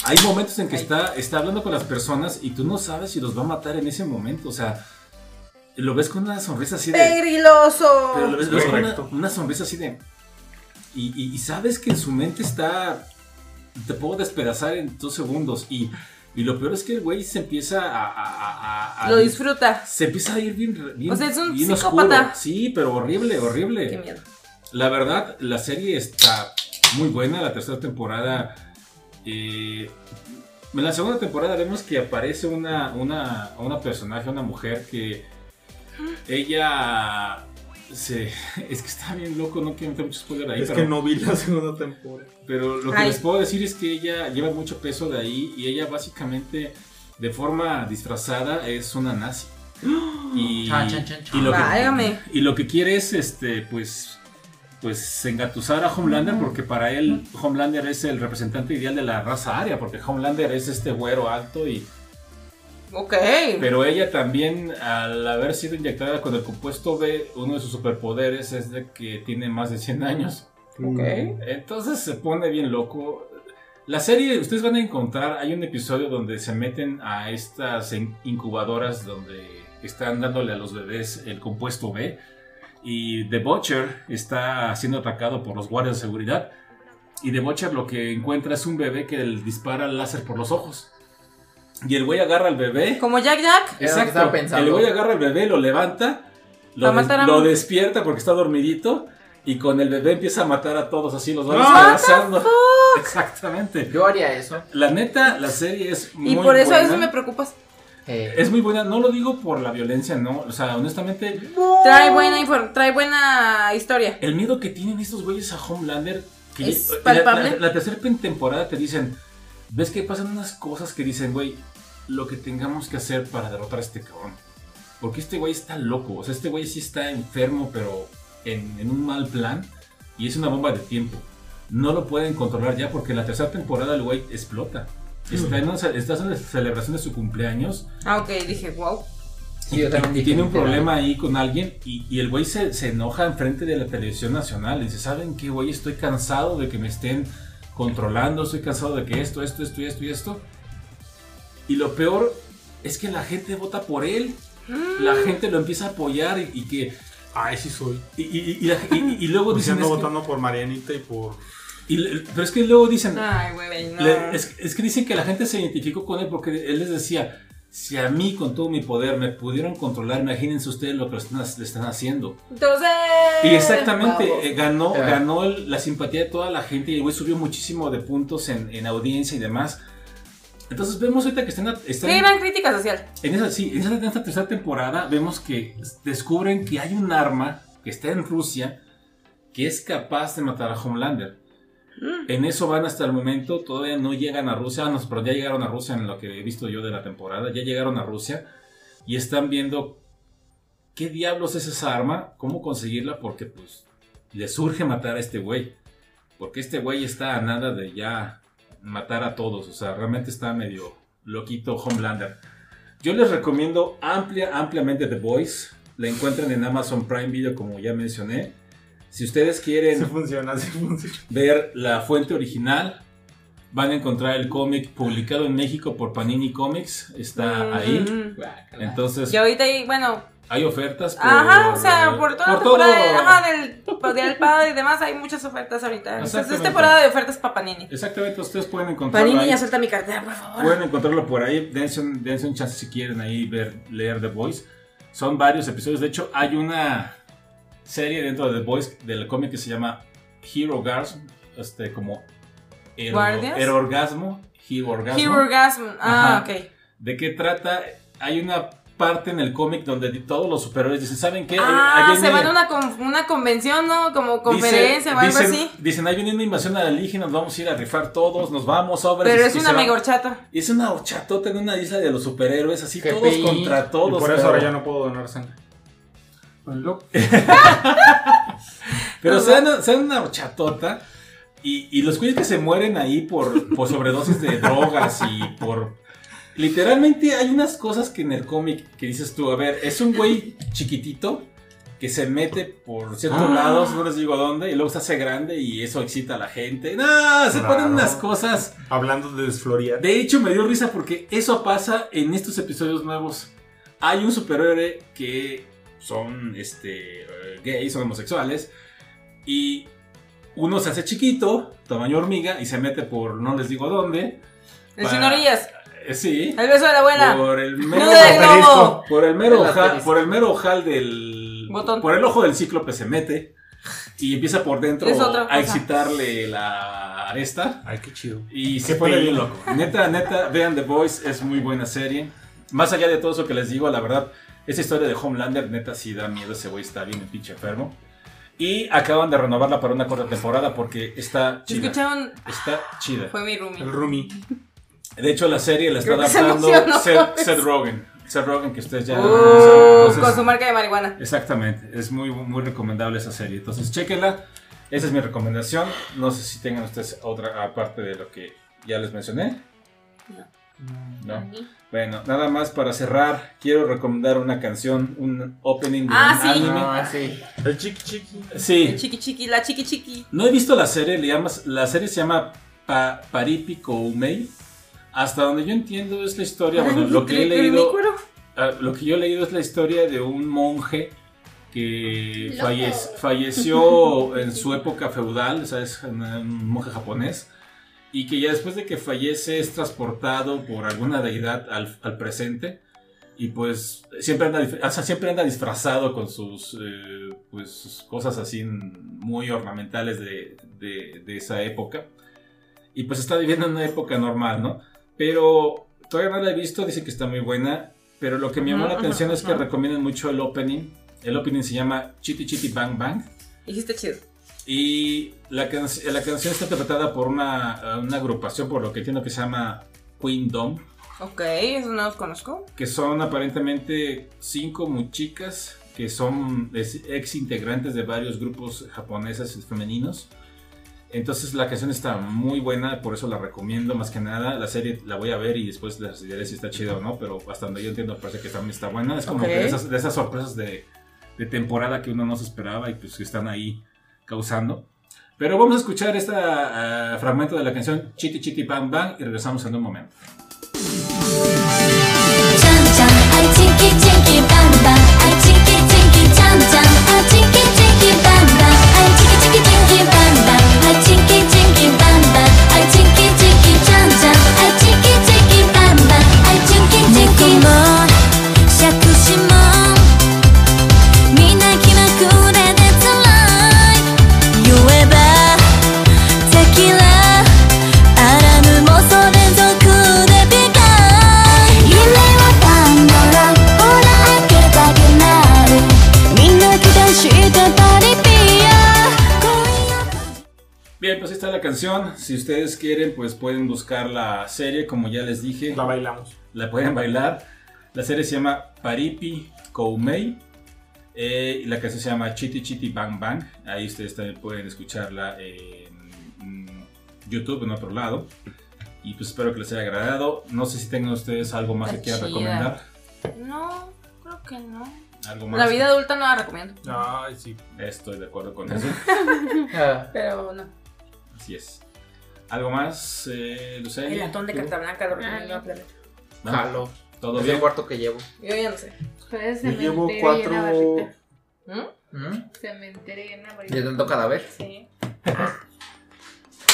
Hay momentos en que está, está hablando con las personas y tú no sabes si los va a matar en ese momento. O sea, lo ves con una sonrisa así de. Pegriloso. Pero lo ves, lo ves con una, Correcto. una sonrisa así de. Y, y- y sabes que en su mente está. Te puedo despedazar en dos segundos. Y, y lo peor es que el güey se empieza a. a- a- a- a- Lo disfruta. Se empieza a ir bien. bien O sea, es un bien psicópata. oscuro. Sí, pero horrible, horrible. Qué miedo. La verdad, la serie está muy buena. La tercera temporada. eh, en la segunda temporada vemos que aparece una, una, una personaje, una mujer que. Ella. Se, es que está bien loco, no quiero meter mucho spoiler ahí. Es pero, que no vi la segunda temporada. pero lo que Ay. les puedo decir es que ella lleva mucho peso de ahí y ella básicamente, de forma disfrazada, es una nazi. Y, Chan, chan, chan, chan. y lo que- Válgame. y lo que quiere es, este, pues, pues engatusar a Homelander porque para él Homelander es el representante ideal de la raza aria, porque Homelander es este güero alto y... Ok. Pero ella también, al haber sido inyectada con el compuesto B, uno de sus superpoderes es de que tiene más de 100 años. Mm. Ok. Entonces se pone bien loco. La serie, ustedes van a encontrar, hay un episodio donde se meten a estas in- incubadoras donde están dándole a los bebés el compuesto B. Y The Butcher está siendo atacado por los guardias de seguridad. Y The Butcher lo que encuentra es un bebé que le dispara láser por los ojos. Y el güey agarra al bebé. Como Jack Jack. Es lo que estaba Exacto. pensando. El güey agarra al bebé, lo levanta, lo, A matar a des- lo un- despierta porque está dormidito y con el bebé empieza a matar a todos así los van No. despedazando. Exactamente. Yo haría eso. La neta, la serie es muy Y por eso a veces buena. me preocupas. Eh, Es muy buena, no lo digo por la violencia, no. O sea, honestamente, Trae buena, infor- trae buena historia. el miedo que tienen estos güeyes a Homelander que ¿Es ya- eh, la- palpable? La, la tercera temporada te dicen, ves que pasan unas cosas que dicen, güey, lo que tengamos que hacer para derrotar a este cabrón. Porque este güey está loco, o sea, este güey sí está enfermo, pero en, en un mal plan, y es una bomba de tiempo. No lo pueden controlar ya porque en la tercera temporada el güey explota. Mm. Está en una, ce- está en una celebración de su cumpleaños Ah, ok, dije, wow. Sí, yo también y dije tiene un literal. problema ahí con alguien y, y el güey se, se enoja enfrente de la televisión nacional. y Dice, ¿saben qué, güey? Estoy cansado de que me estén controlando, estoy cansado de que esto, esto, esto y esto y esto. Y lo peor es que la gente vota por él. La gente lo empieza a apoyar y, y que... Ay, sí soy. Y, y- y la- y- y luego Pues dicen... ya ando "Es que- votando por Marianita y por. y le- pero es que luego dicen... Ay, güey, no. Le- es, es que dicen que la gente se identificó con él porque él les decía, si a mí con todo mi poder me pudieron controlar, imagínense ustedes lo que le están, le están haciendo. Entonces. Y exactamente, eh, ganó, Ah. ganó el- la simpatía de toda la gente y el güey subió muchísimo de puntos en, en audiencia y demás. Entonces vemos ahorita que están, están Sí, gran crítica social. en, esa, sí, en esa- en esta tercera temporada vemos que descubren que hay un arma que está en Rusia que es capaz de matar a Homelander. En eso van hasta el momento, todavía no llegan a Rusia, ah, no, pero ya llegaron a Rusia en lo que he visto yo de la temporada, ya llegaron a Rusia y están viendo qué diablos es esa arma, cómo conseguirla, porque pues le surge matar a este güey, porque este güey está a nada de ya matar a todos, o sea, realmente está medio loquito Homelander. Yo les recomiendo amplia, ampliamente The Boys, la encuentran en Amazon Prime Video como ya mencioné. Si ustedes quieren Sí funciona, sí funciona. ver la fuente original. Van a encontrar el cómic publicado en México por Panini Comics. Está ahí. Mm, mm, Guácala. Entonces, mm. Y ahorita ahí, bueno, hay ofertas. Por, ajá, o sea, por toda la por todo. temporada ajá, del Día del Padre y demás, hay muchas ofertas ahorita. Entonces, es Exactamente. temporada de ofertas para Panini. Exactamente, ustedes pueden encontrarlo Panini, ahí. ya suelta mi cartera, por favor. Pueden encontrarlo por ahí. Dense un, dense un chance si quieren ahí ver, leer The Voice. Son varios episodios. De hecho, hay una serie dentro de The Voice del cómic que se llama Hero Orgasm. Este, como. Hero, ¿Guardias? Hero Orgasmo. Hero Orgasmo. Hero Orgasm. Ah, Ajá. ok. ¿De qué trata? Hay una parte en el cómic donde di- todos los superhéroes dicen, ¿saben qué? Ah, Ahí se viene- van a una, con- una convención, ¿no? Como dice- conferencia o algo dicen- así. Dicen, ahí viene una invasión alienígena, nos vamos a ir a rifar todos, nos vamos, a Pero es una mega horchata. Es una horchatota en una isla de los superhéroes, así Qué todos pi- contra Y todos. por eso pero- ahora ya no puedo donar sangre. Pero Ajá. sean, sean una horchatota. Y, y los güeyes que se mueren ahí por, por sobredosis de drogas y por. Literalmente hay unas cosas que en el cómic que dices tú, a ver, es un güey chiquitito que se mete por ciertos lados, no les digo dónde, y luego se hace grande y eso excita a la gente. No, se Claro. ponen unas cosas. Hablando de desflorear. De hecho, me dio risa porque eso pasa en estos episodios nuevos. Hay un superhéroe que son este, eh, gays, son homosexuales, y uno se hace chiquito, tamaño hormiga, y se mete por no les digo dónde. En Para- sin orillas. eh, sí. El beso de la abuela. Por el mero, Nudo de globo. asterisco. por el mero El ojal, asterisco. por el mero ojal del Botón. por el ojo del cíclope se mete y empieza por dentro Es otra cosa. a excitarle la aresta. Ay, qué chido. Y se Qué pone bien pedo. loco. Neta, neta, vean The Voice, es muy buena serie. Más allá de todo eso que les digo, la verdad, esa historia de Homelander, neta, sí da miedo. Ese güey está bien, pinche enfermo. Y acaban de renovarla para una corta temporada porque está ¿Se chida. escucharon? Está chida. Fue mi roomie. El roomie. De hecho, la serie la está Creo que se adaptando emocionó. Seth, Seth Rogen. Seth Rogen, que ustedes ya. Uh, Entonces, con su marca de marihuana. Exactamente, es muy, muy recomendable esa serie. Entonces, chéquenla. Esa es mi recomendación. No sé si tengan ustedes otra aparte de lo que ya les mencioné. No. Bueno, nada más para cerrar, quiero recomendar una canción, un opening de Ah, un sí. anime. No, sí. El chiqui chiqui. El Sí, chiqui chiqui, la chiqui chiqui. no he visto la serie, le llamas, la serie se llama pa Paripi Koumei. Hasta donde yo entiendo es la historia, bueno, lo que he leído, Ridículo. ah, lo que yo he leído es la historia de un monje que Loco. falle- falleció en su época feudal, o sea, es un- un monje japonés, y que ya después de que fallece es transportado por alguna deidad al, al presente, y pues siempre anda, dif- o sea, siempre anda disfrazado con sus, eh, pues, sus cosas así muy ornamentales de, de- de esa época, y pues está viviendo una época normal, ¿no? Pero todavía no la he visto, dice que está muy buena, pero lo que me llamó Ujú, la ujú, atención es que ujú. recomiendan mucho el opening, el opening se llama Chitty Chitty Bang Bang. Dijiste chido. Y la, can- la canción está interpretada por una, una agrupación, por lo que entiendo que se llama Queendom, Ok, eso no los conozco. que son aparentemente cinco muchicas que son ex integrantes de varios grupos japoneses femeninos. Entonces la canción está muy buena, por eso la recomiendo más que nada. La serie la voy a ver y después les diré si está chida o no, pero hasta donde yo entiendo parece que también está buena. Es como Ok. que de, esas, de esas sorpresas de, de temporada que uno no se esperaba y pues que están ahí causando. Pero vamos a escuchar este fragmento de la canción Chiti Chiti Bang Bang y regresamos en un momento. ちゃんちゃんあいちきちきバンバンあいちきちきちゃんちゃんあいちきちきバンバンあいちきちきちきバンバンあいちきちきバンバンあいちきちきちゃんちゃんあいちきちきバンバンあいちきちきもしゃくしもみんな気まぐれでつらい言えばテキラアラームもそれぞくでビガー夢はパンドラほら開けたくなるみんな期待してたリピア Bien, pues ahí está la canción. Si ustedes quieren, pues pueden buscar la serie, como ya les dije, La bailamos. la pueden bailar. La serie se llama Paripi Koumei eh, y la canción se llama Chiti Chiti Bang Bang. Ahí ustedes también pueden escucharla en mm, YouTube, en otro lado. Y pues espero que les haya agradado. No sé si tengan ustedes algo más que Está quieran chida. recomendar. No, creo que no. Algo más. La vida adulta no la recomiendo. Ay, sí. Estoy de acuerdo con eso. Ah, Pero no. Así es. ¿Algo más, eh, Lucely? El latón de ¿Tú? carta blanca lo Ay. recomiendo ampliamente. No, Jalo. ¿Todo Es bien? el cuarto que llevo. Yo ya no sé. Ustedes Yo llevo cementerio y una cuatro. barrita. ¿Mm? ¿Mm? Cementerio y una barrita. ¿De tanto cadáver? Sí.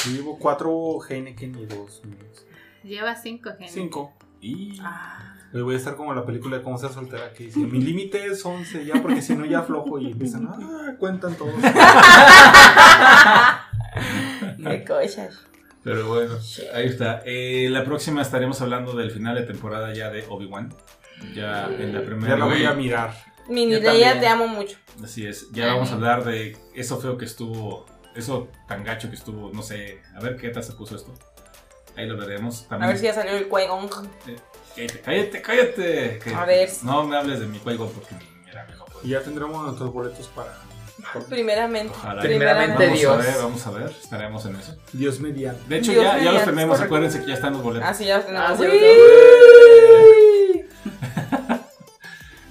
Yo llevo cuatro Heineken y dos. Mils. Lleva cinco, gente. Cinco. Y... Ah. Hoy voy a estar como en la película de cómo ser soltera que dice, mi límite es 11 ya, porque si no ya aflojo y empiezan, ah, cuentan todos. Qué cosas. Pero bueno, ahí está. Eh, la próxima estaremos hablando del final de temporada ya de Obi-Wan. Ya en la Ya la primera. voy a mirar. Mini Yo Leia, también. te amo mucho. Así es. Ya vamos a hablar de eso feo que estuvo. Eso tan gacho que estuvo. No sé. A ver qué tal se puso esto. Ahí lo veremos. A También. ver si ya salió el cuegón. Cállate, cállate, cállate. Que- A ver. No me hables de mi juego porque mira, me lo puedo. Y ya tendremos nuestros boletos para Primeramente. Ojalá. Primeramente Vamos a Dios. ver, vamos a ver. Estaremos en eso. Dios mediante. De hecho, Dios ya, ya los mediante, tenemos. correcto. Acuérdense que ya están los boletos. Así ya los tenemos. Ah, sí, Uy.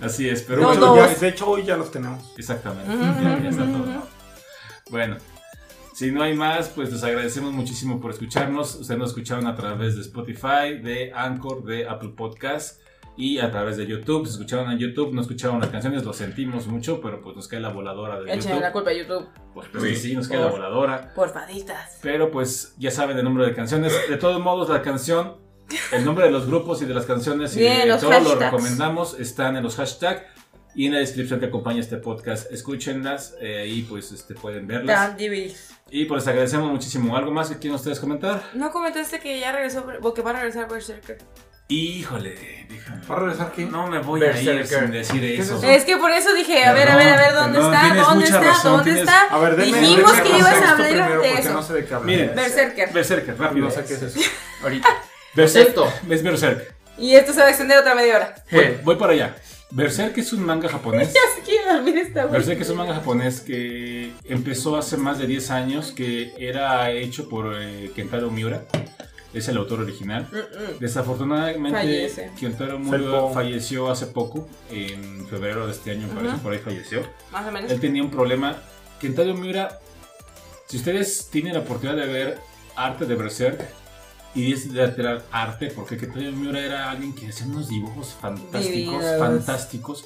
Así es. Pero Pero No, bueno, bueno, ya- dos. de hecho hoy ya los tenemos. Exactamente. Ujú, Ya- ya está ujú, todo, ujú. ¿no? Bueno, si no hay más, pues les agradecemos muchísimo por escucharnos. Ustedes nos escucharon a través de Spotify, de Anchor, de Apple Podcast y a través de YouTube. Se escucharon en YouTube, no escucharon las canciones, lo sentimos mucho, pero pues nos cae la voladora de Échenle la YouTube. culpa a YouTube. Pues, pues, sí, sí, nos cae la voladora. Porfaditas. Pero pues ya saben el número de canciones. De todos modos, la canción, el nombre de los grupos y de las canciones y Bien, de los todo lo hashtags. recomendamos están en los hashtags y en la descripción que acompaña este podcast. Escúchenlas eh, y pues este, pueden verlas. Dan DVDs. Y pues les agradecemos muchísimo. ¿Algo más que quieran ustedes comentar? No comentaste que ya regresó, o que va a regresar Berserker. Híjole, déjame. ¿Va a regresar qué? No me voy a ir Berserker. sin decir eso. Es que por eso dije, a ver, a Perdón, ver, a ver, ¿dónnde perdón, está? tienes ¿Dónde mucha está? razón, ¿Dónde tienes- está? A ver, denme, Dijimos denme que ibas a contexto hablar primero, de porque eso. No sé de qué hablar. Miren, Berserker. Berserker, rápido. No sé qué es eso. Ahorita. Berserk. Esto. Es Berserk. Y esto se va a extender otra media hora. Voy, voy para allá. Berserk es un manga japonés. Así que iba a dormir esta güey. Berserk es un manga japonés que empezó hace más de 10 años, que era hecho por eh, Kentaro Miura, es el autor original. Mm, mm. Desafortunadamente, Fallece. Kentaro Felpo. Miura falleció hace poco, en febrero de este año, me parece, Ajá. por ahí falleció. Más o menos. Él tenía un problema. Kentaro Miura, si ustedes tienen la oportunidad de ver arte de Berserk, y es de alterar arte, porque Kentaro Miura era alguien que hacía unos dibujos fantásticos, Divinos. fantásticos.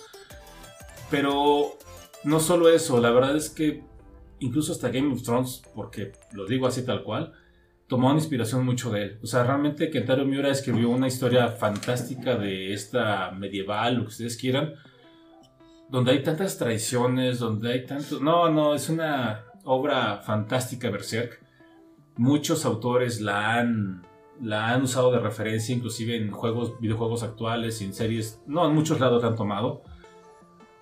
Pero no solo eso, la verdad es que incluso hasta Game of Thrones, porque lo digo así tal cual, tomó una inspiración mucho de él. O sea, realmente Kentaro Miura escribió una historia fantástica de esta medieval, lo que ustedes quieran, donde hay tantas traiciones, donde hay tanto... No, no, es una obra fantástica Berserk. Muchos autores la han, la han usado de referencia, inclusive en juegos, videojuegos actuales, en series, no, en muchos lados la han tomado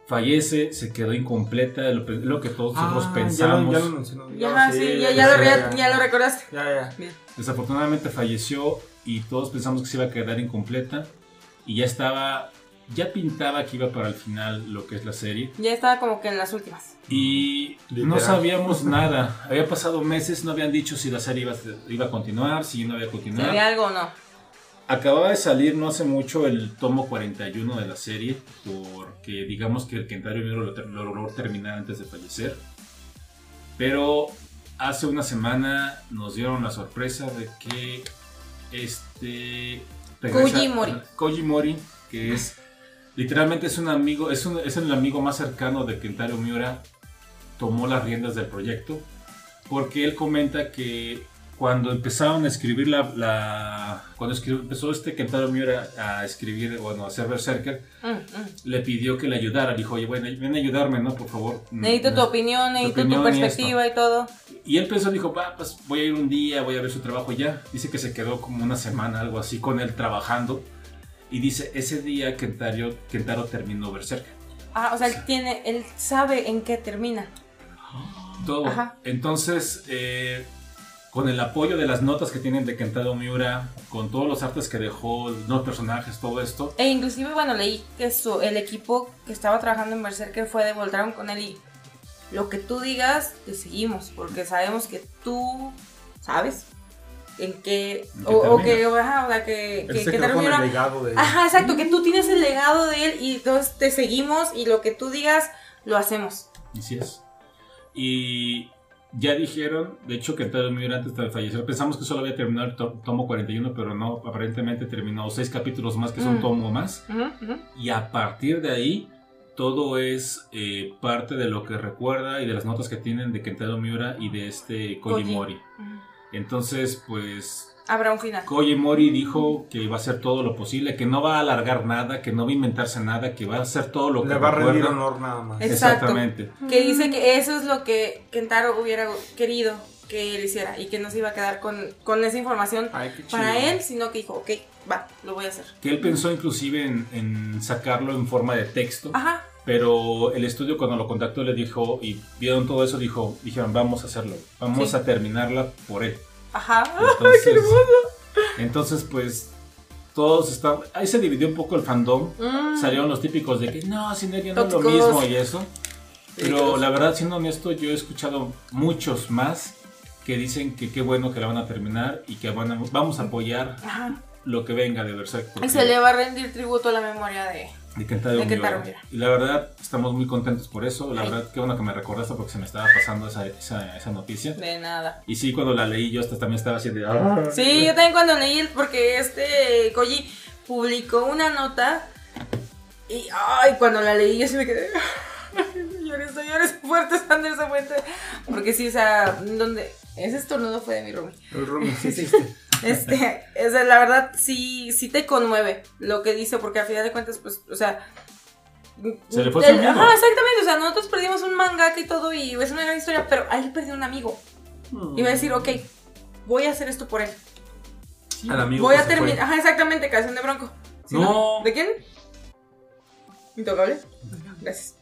fallece, se quedó incompleta, lo, pe- lo que todos nosotros Ah, pensamos. Ya lo, ya lo mencionó. Ya, ajá, sí, ya, ya lo, re- ya lo recordaste. Ya, ya. Desafortunadamente falleció y todos pensamos que se iba a quedar incompleta y ya estaba, ya pintaba que iba para el final lo que es la serie Ya estaba como que en las últimas. y no Literal. sabíamos nada. Había pasado meses, no habían dicho si la serie iba, a- iba a continuar, si no iba a ¿Se continuar. ve algo o no? Acababa de salir no hace mucho el tomo 41 de la serie, porque digamos que el Kentaro Miura lo, ter- lo logró terminar antes de fallecer. Pero hace una semana nos dieron la sorpresa de que este. Koji Mori. Koji Mori, que es. Literalmente es un amigo, es, un- es el amigo más cercano de Kentaro Miura, tomó las riendas del proyecto, porque él comenta que cuando empezaron a escribir la, la- cuando escri- empezó este Kentaro Miura a escribir, bueno, a hacer Berserker, Mm, mm. le pidió que le ayudara, dijo, oye, bueno, ven a ayudarme, ¿no? Por favor. Necesito tu opinión, necesito tu opinión y perspectiva y todo. Y él pensó, dijo, va, pues voy a ir un día, voy a ver su trabajo ya. Dice que se quedó como una semana, algo así, con él trabajando. Y dice, ese día Kentaro, Kentaro terminó Berserker. Ah, o sea, él tiene, él sabe en qué termina. Todo. Ajá. Entonces, eh, con el apoyo de las notas que tienen de Kentaro Miura, con todos los artes que dejó, los personajes, todo esto, E inclusive, bueno, leí que su, el equipo que estaba trabajando en Berserker fue de Voltron con él y lo que tú digas, te seguimos, porque sabemos que tú sabes en qué... ¿En qué O, o que, termina? ajá, o sea, que, Él que, se que quedó con termina- el legado de. Ajá, exacto, que tú tienes el legado de él y entonces te seguimos y lo que tú digas, lo hacemos. así es. Y ya dijeron, de hecho, Kentaro Miura antes de fallecer, pensamos que solo había terminado el to- tomo 41, pero no, aparentemente terminó seis capítulos más, que es un Mm. tomo más. Ujú, ujú. Y a partir de ahí, todo es eh, parte de lo que recuerda y de las notas que tienen de Kentaro Miura y de este Koji Koji. Mori. Ujú. Entonces, pues Habrá un final. Koji Mori dijo que va a hacer todo lo posible, que no va a alargar nada, que no va a inventarse nada, que va a hacer todo lo que Le va a rendir recuerda. honor nada más. Es- Exactamente. Que dice que eso es lo que Kentaro hubiera querido que él hiciera y que no se iba a quedar con, con esa información Ay, qué para chido. él, sino que dijo, ok, va, lo voy a hacer. Que él pensó inclusive en, en sacarlo en forma de texto, Ajá, pero el estudio cuando lo contactó le dijo y vieron todo eso, dijo, dijeron, vamos a hacerlo, vamos Sí. a terminarla por él. ajá. Entonces, entonces pues todos están, ahí se dividió un poco el fandom, Mm. salieron los típicos de que no, Sinergia no es lo Tóxicos. mismo y eso. Pero la verdad, siendo honesto, yo he escuchado muchos más que dicen que qué bueno que la van a terminar y que van a- vamos a apoyar Ajá. lo que venga de Berserk. porque- Y se le va a rendir tributo a la memoria de... de Kentaro de Miura. Kentaro Miura. Y la verdad, estamos muy contentos por eso. La Ay. verdad, qué bueno que me recordaste porque se me estaba pasando esa, esa, esa noticia. De nada. Y sí, cuando la leí yo hasta también estaba así de... "Ah". Sí, yo también cuando leí, el- porque este Koji publicó una nota y ay, cuando la leí yo sí me quedé... Señores, señores, fuertes, Anderson Fuente. Porque sí, o sea, donde... Ese estornudo fue de mi roomie. El roomie, sí, sí, sí. Este, o sea, la verdad sí, sí te conmueve lo que dice, porque al final de cuentas, pues, o sea. Se le fue el- su amigo. Ajá, exactamente. O sea, nosotros perdimos un mangaka y todo, y es una gran historia, pero ahí perdió un amigo. Y va a decir, ok, voy a hacer esto por él. Al amigo voy que a se terminar. fue. Ajá, exactamente, canción de Bronco. ¿Sí, No. ¿De quién? Intocable. Gracias.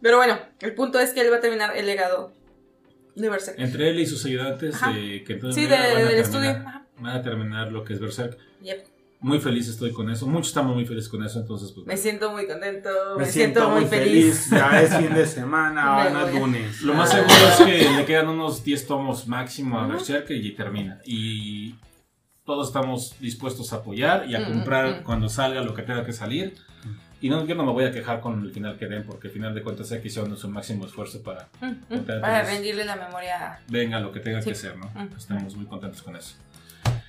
Pero bueno, el punto es que él va a terminar el legado de Berserk. Entre él y sus ayudantes Ajá. de Kentaro Sí, Miura de- van, a del terminar- estudio. Ajá. van a terminar lo que es Berserk. Yep. Muy feliz estoy con eso. Muchos estamos muy felices con eso, entonces... Pues, Me siento muy contento, me, siento, muy feliz. Ya es fin de semana, Me Ah. ahora es voy. lunes. Lo más seguro es que le quedan unos 10 tomos máximo a Berserker y termina. Y todos estamos dispuestos a apoyar y a Ujú, comprar ujú. cuando salga lo que tenga que salir. Y no, yo no me voy a quejar con el final que den, porque al final de cuentas aquí hicieron su máximo esfuerzo para Contento. Para rendirle la memoria. venga lo que tenga Sí. que ser, ¿no? Ujú. Estamos muy contentos con eso.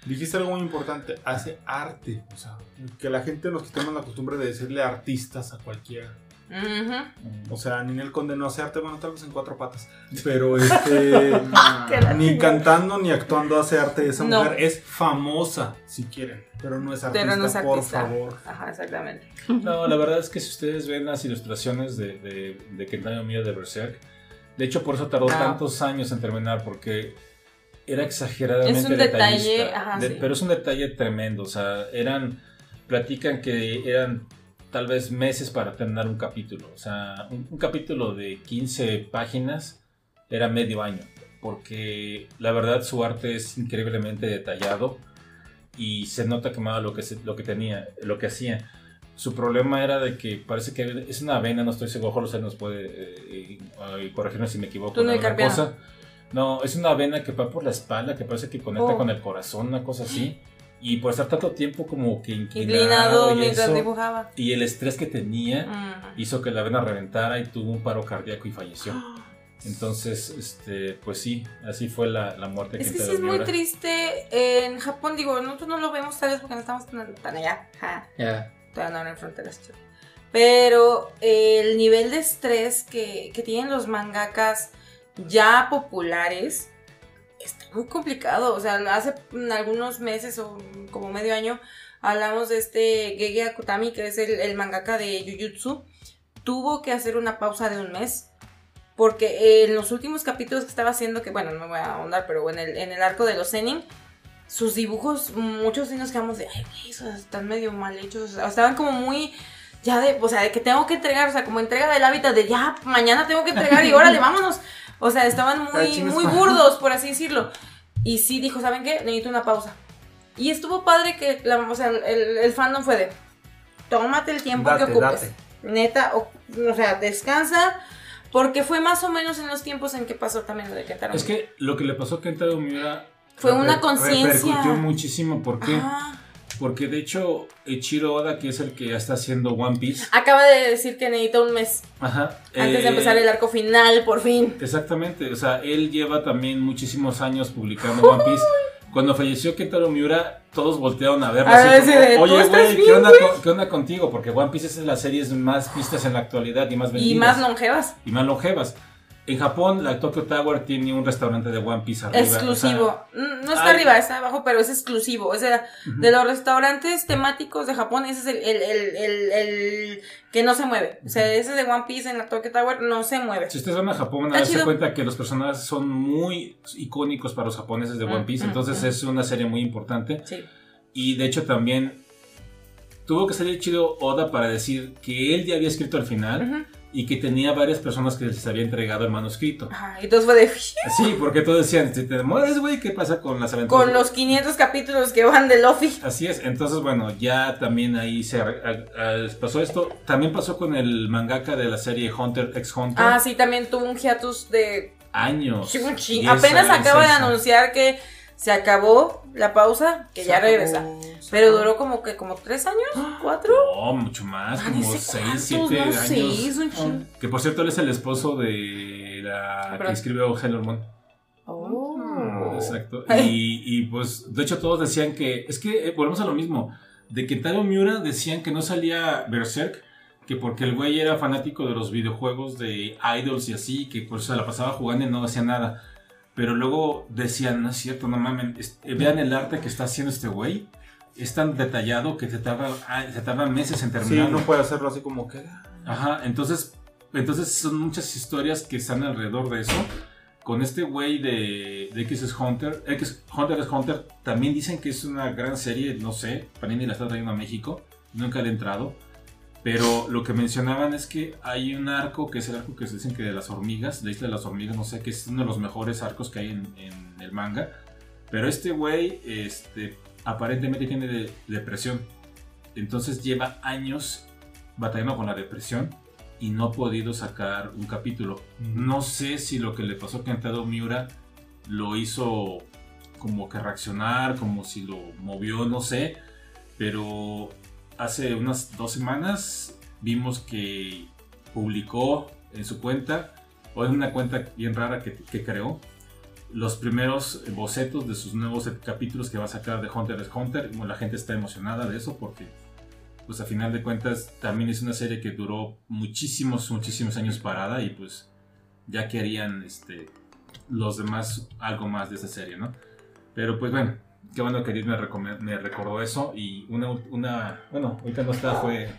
Dijiste algo muy importante, hace arte. O sea, que la gente nos quitemos la costumbre de decirle artistas a cualquiera. Ujú. O sea, ni en el conde no hace arte, bueno, tal vez en cuatro patas. Pero este. ni cantando ni actuando hace arte. Esa No. mujer es famosa, si quieren. Pero no es artista, Pero no es por artista. favor. Ajá, exactamente. No, la verdad es que si ustedes ven las ilustraciones de, de, de Kentaro Miura de Berserk, de hecho por eso tardó Ah. tantos años en terminar, porque era exageradamente Es un detallista. detalle, ajá, sí. Pero es un detalle tremendo, o sea, eran, platican que eran tal vez meses para terminar un capítulo. O sea, un, un capítulo de 15 páginas era medio año, porque la verdad su arte es increíblemente detallado y se nota quemado lo que, se- lo que tenía, lo que hacía. Su problema era de que parece que es una avena, no estoy seguro, José nos puede eh, eh, corregirnos si me equivoco. Tú no en hay alguna carpeado. cosa. No, es una avena que va por la espalda, que parece que conecta Oh. con el corazón, una cosa así. Y por estar tanto tiempo como que inclinado, Inclinado y, mientras eso, dibujaba. y el estrés que tenía Mm. hizo que la vena reventara y tuvo un paro cardíaco y falleció. Entonces, este, pues sí, así fue la, la muerte Es que te sí es muy Miura. triste. En Japón, digo, nosotros no lo vemos tal vez porque no estamos tan, tan allá. Ja, Ya. todavía no abren fronteras. chido. Pero eh, el nivel de estrés que, que tienen los mangakas ya populares está muy complicado. O sea, hace algunos meses o como medio año hablamos de este Gege Akutami, que es el, el mangaka de Jujutsu. Tuvo que hacer una pausa de un mes. Porque eh, en los últimos capítulos que estaba haciendo, que bueno, no voy a ahondar, pero en el, en el arco de los Zenin, sus dibujos, muchos sí nos quedamos de, ay, güey, esos están medio mal hechos. O sea, estaban como muy, ya de, o sea, de que tengo que entregar, o sea, como entrega del hábitat, de ya, mañana tengo que entregar y órale, vámonos. O sea, estaban Ay, muy, chingas, muy ma. burdos, por así decirlo. Y sí dijo, ¿saben qué? Necesito una pausa. Y estuvo padre que, la, o sea, el, el fandom fue de, tómate el tiempo que Date, ocupes. date. Neta, o, o sea, descansa. Porque fue más o menos en los tiempos en que pasó también lo de Kentaro. Es que lo que le pasó a Kentaro Miura fue una reper- conciencia. Repercutió muchísimo. ¿Por qué? Ajá. Porque de hecho, Ichiro Oda, que es el que ya está haciendo One Piece, Acaba de decir que necesita un mes ajá, antes de eh, empezar el arco final, por fin. Exactamente, o sea, él lleva también muchísimos años publicando One Piece. Cuando falleció Kentaro Miura, todos voltearon a verlo. A así como, ver, así Ah, de, ¿tú Oye, estás güey, ¿qué, bien, onda con- qué onda contigo? Porque One Piece es de las series más vistas en la actualidad y más vendidas. Y más longevas. y más longevas. En Japón, la Tokyo Tower tiene un restaurante de One Piece arriba. exclusivo. o Mm, no está ay. arriba, está abajo, pero es exclusivo. O sea, Ujú. de los restaurantes temáticos de Japón, ese es el, el- el- el- el que no se mueve. O sea, ese de One Piece en la Tokyo Tower no se mueve. sea, si ustedes van a Japón, van a Está darse chido. cuenta que los personajes son muy icónicos para los japoneses de One Mm, Piece. mm, Entonces, mm. es una serie muy importante. Sí. Y de hecho, también tuvo que salir chido Oda para decir que él ya había escrito al final Ujú. y que tenía varias personas que les había entregado el manuscrito. Ajá, y entonces fue de. Sí, porque todos decían: si te mueres, güey, ¿qué pasa con las aventuras? Con los 500 capítulos que van de Luffy. Así es, entonces bueno, ya también ahí se arre- a- a- pasó esto. También pasó con el mangaka de la serie Hunter x Hunter. Ah, sí, también tuvo un hiatus de Años. Sí, un chin- 10 Apenas años, acaba de eso. anunciar que se acabó la pausa, que ya regresa. Pero duró como que como tres años, cuatro. No, mucho Ah, más, Ah, ni como sé 6, cuántos, 7 no años. sé, es un chin- Que por cierto, él es el esposo de la que Pero- escribió Hello Moon. Oh. Ah, Exacto. Y, y, pues, de hecho, todos decían que. Es que eh, volvemos a lo mismo. De que Taro Miura decían que no salía Berserk, que porque el güey era fanático de los videojuegos de Idols y así, que por eso se la pasaba jugando y no hacía nada. Pero luego decían, no es cierto, no mamen, es- eh, vean el arte que está haciendo este güey. Es tan detallado que se tarda, ah, se tardan meses en Sí, terminarlo. no puede hacerlo así como que. Ajá, entonces, entonces son muchas historias que están alrededor de eso. Con este güey de, de X es Hunter, X Hunter es Hunter, también dicen que es una gran serie, no sé, Panini la está trayendo a México, nunca le he entrado. Pero lo que mencionaban es que hay un arco, que es el arco que se dicen que de las hormigas, la isla de las hormigas, no sé, que es uno de los mejores arcos que hay en, en el manga. Pero este güey, este, aparentemente tiene de- depresión. Entonces lleva años batallando con la depresión y no ha podido sacar un capítulo. No sé si lo que le pasó a Kentaro Miura lo hizo como que reaccionar, como si lo movió, no sé. Pero hace unas dos semanas vimos que publicó en su cuenta, o en una cuenta bien rara que, que creó, los primeros bocetos de sus nuevos capítulos que va a sacar de Hunter x Hunter. Bueno, la gente está emocionada de eso porque pues a final de cuentas también es una serie que duró muchísimos, muchísimos años parada y pues ya querían este, los demás algo más de esa serie, ¿no? Pero pues bueno, qué bueno que Edith me, recome- me recordó eso y una, una, bueno, ahorita no está, fue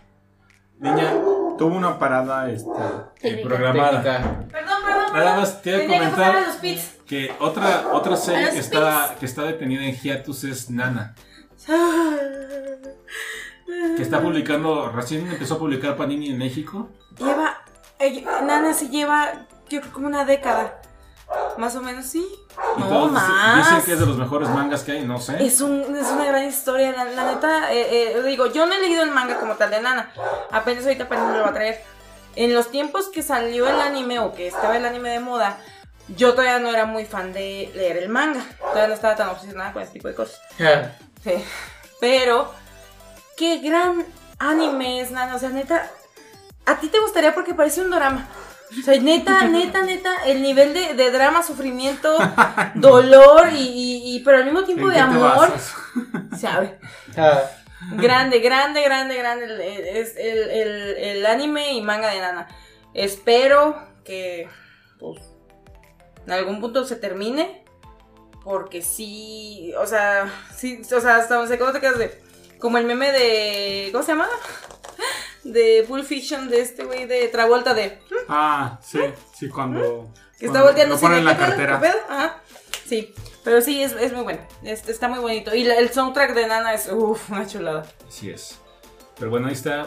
niña Tuvo una parada, este. eh, Técnica. programada. Técnica. Perdón, perdón. Nada más te voy a Tenía que pasar a comentar los pits. que otra, otra serie los que está, que está detenida en hiatus es Nana. Ah. que está publicando, recién empezó a publicar Panini en México. Lleva. eh, Nana se lleva, yo creo, como una década. Más o menos, sí. Y No todos dice- más. dicen que es de los mejores mangas que hay, no sé. Es, un, es una gran historia, la, la neta, eh, eh, digo, yo no he leído el manga como tal de Nana, apenas ahorita para me lo va a traer. En los tiempos que salió el anime o que estaba el anime de moda, yo todavía no era muy fan de leer el manga, todavía no estaba tan obsesionada con ese tipo de cosas. Sí. Pero, qué gran anime es Nana, o sea, neta, a ti te gustaría porque parece un drama. O sea, neta, neta, neta, el nivel de, de drama, sufrimiento, dolor y, y- y- pero al mismo tiempo ¿En de qué te amor, basas? se abre. Grande, grande, grande, grande el, es el, el- el anime y manga de Nana. Espero que pues, en algún punto se termine. Porque sí, o sea, sí, o sea, hasta no sé cómo te quedas de. Como el meme de. ¿Cómo se llama? De Pulp Fiction de este güey de Travolta de. Ah, sí, sí, cuando. Que cuando está volteando Lo así de, ponen en la ¿qué pedo? cartera. ¿Qué pedo? Ajá. Sí. Pero sí, es, es muy bueno. Es- está muy bonito. Y la- el soundtrack de Nana es uff, una chulada. Así es. Pero bueno, ahí está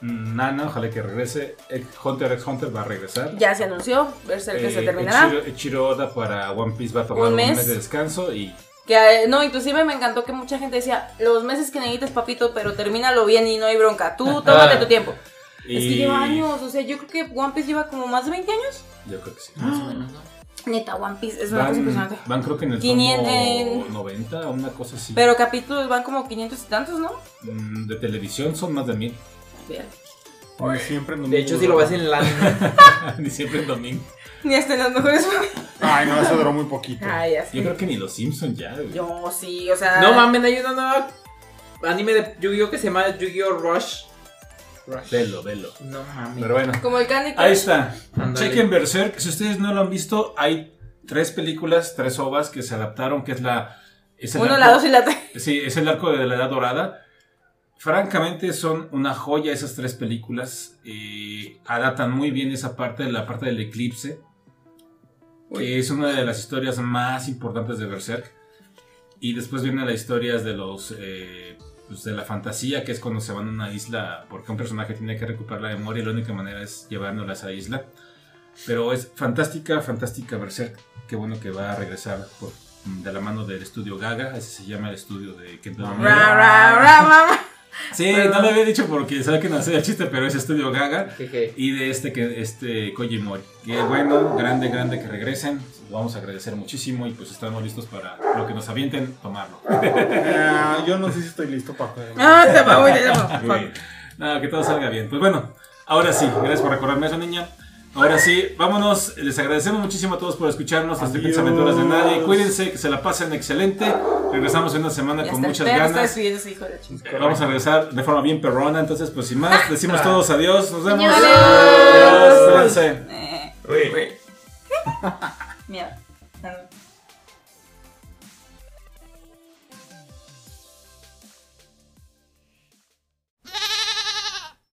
Nana, ojalá que regrese. Ed- Hunter x Hunter va a regresar. Ya se anunció, Berserk que Eh, se terminará. Ichiro- Ichiro Oda para One Piece va a tomar Un un mes, mes. de descanso y Que, eh, no, inclusive me encantó que mucha gente decía, los meses que necesitas, papito, pero termínalo bien y no hay bronca. Tú tómate tu tiempo. Es que y- lleva años, o sea, yo creo que One Piece lleva como más de 20 años. Yo creo que sí. Neta, One Piece Ah, es una cosa Van, impresionante. van creo que en el 500 tomo en- 90 o una cosa así. Pero capítulos van como 500 y tantos, ¿no? Mm, De televisión son más de mil. Bien. Ay, siempre en De hecho, si lo ves en la ni siempre en domingo. Ni hasta en las mejores familias. Ay, no, eso duró muy poquito. Ay, Yo así. creo que ni los Simpson ya, güey. Yo sí, o sea. No mames, hay una nueva anime de Yu-Gi-Oh! que se llama Yu-Gi-Oh! Rush. Rush. Velo, velo. No mames. Pero bueno. Como el Candy Crush. Ahí está. Ándale. Chequen Berserk. Si ustedes no lo han visto, hay tres películas, tres ovas que se adaptaron, que es la... Es el Uno, arco- la dos y la tres. Sí, es el arco de la Edad Dorada. Francamente son una joya esas tres películas. Eh, adaptan muy bien esa parte, la parte del eclipse, que es una de las historias más importantes de Berserk. Y después vienen las historias de los eh, pues, de la fantasía, que es cuando se van a una isla, porque un personaje tiene que recuperar la memoria y la única manera es llevándola a esa isla. Pero es fantástica, fantástica Berserk. Qué bueno que va a regresar por- de la mano del estudio Gaga. Ese se llama el estudio de Kento Ra, ra, Ah, ra, mamá. Sí, no lo había dicho porque sabe que no hacía el chiste, pero es estudio Gaga. Jeje. Y de este que este Koji Mori. Que bueno, grande, grande que regresen. Lo vamos a agradecer muchísimo y pues estamos listos para lo que nos avienten, tomarlo. Eh, yo no sé si estoy listo para Ah, se me voy, se me voy. Nada, que todo salga bien. Pues bueno, ahora sí, gracias por recordarme eso, niña. Ahora sí, vámonos. Les agradecemos muchísimo a todos por escucharnos. Las Adiós. defensas aventuras de nadie. Cuídense, que se la pasen excelente. Regresamos en una semana Ya con está, muchas el perro está ganas. despidiendo a ese hijo de la chingada. Eh, Vamos a regresar de forma bien perrona. Entonces, pues sin más, decimos todos adiós. Nos vemos. Adiós. Adiós. Cuídense. Miedo. No, no.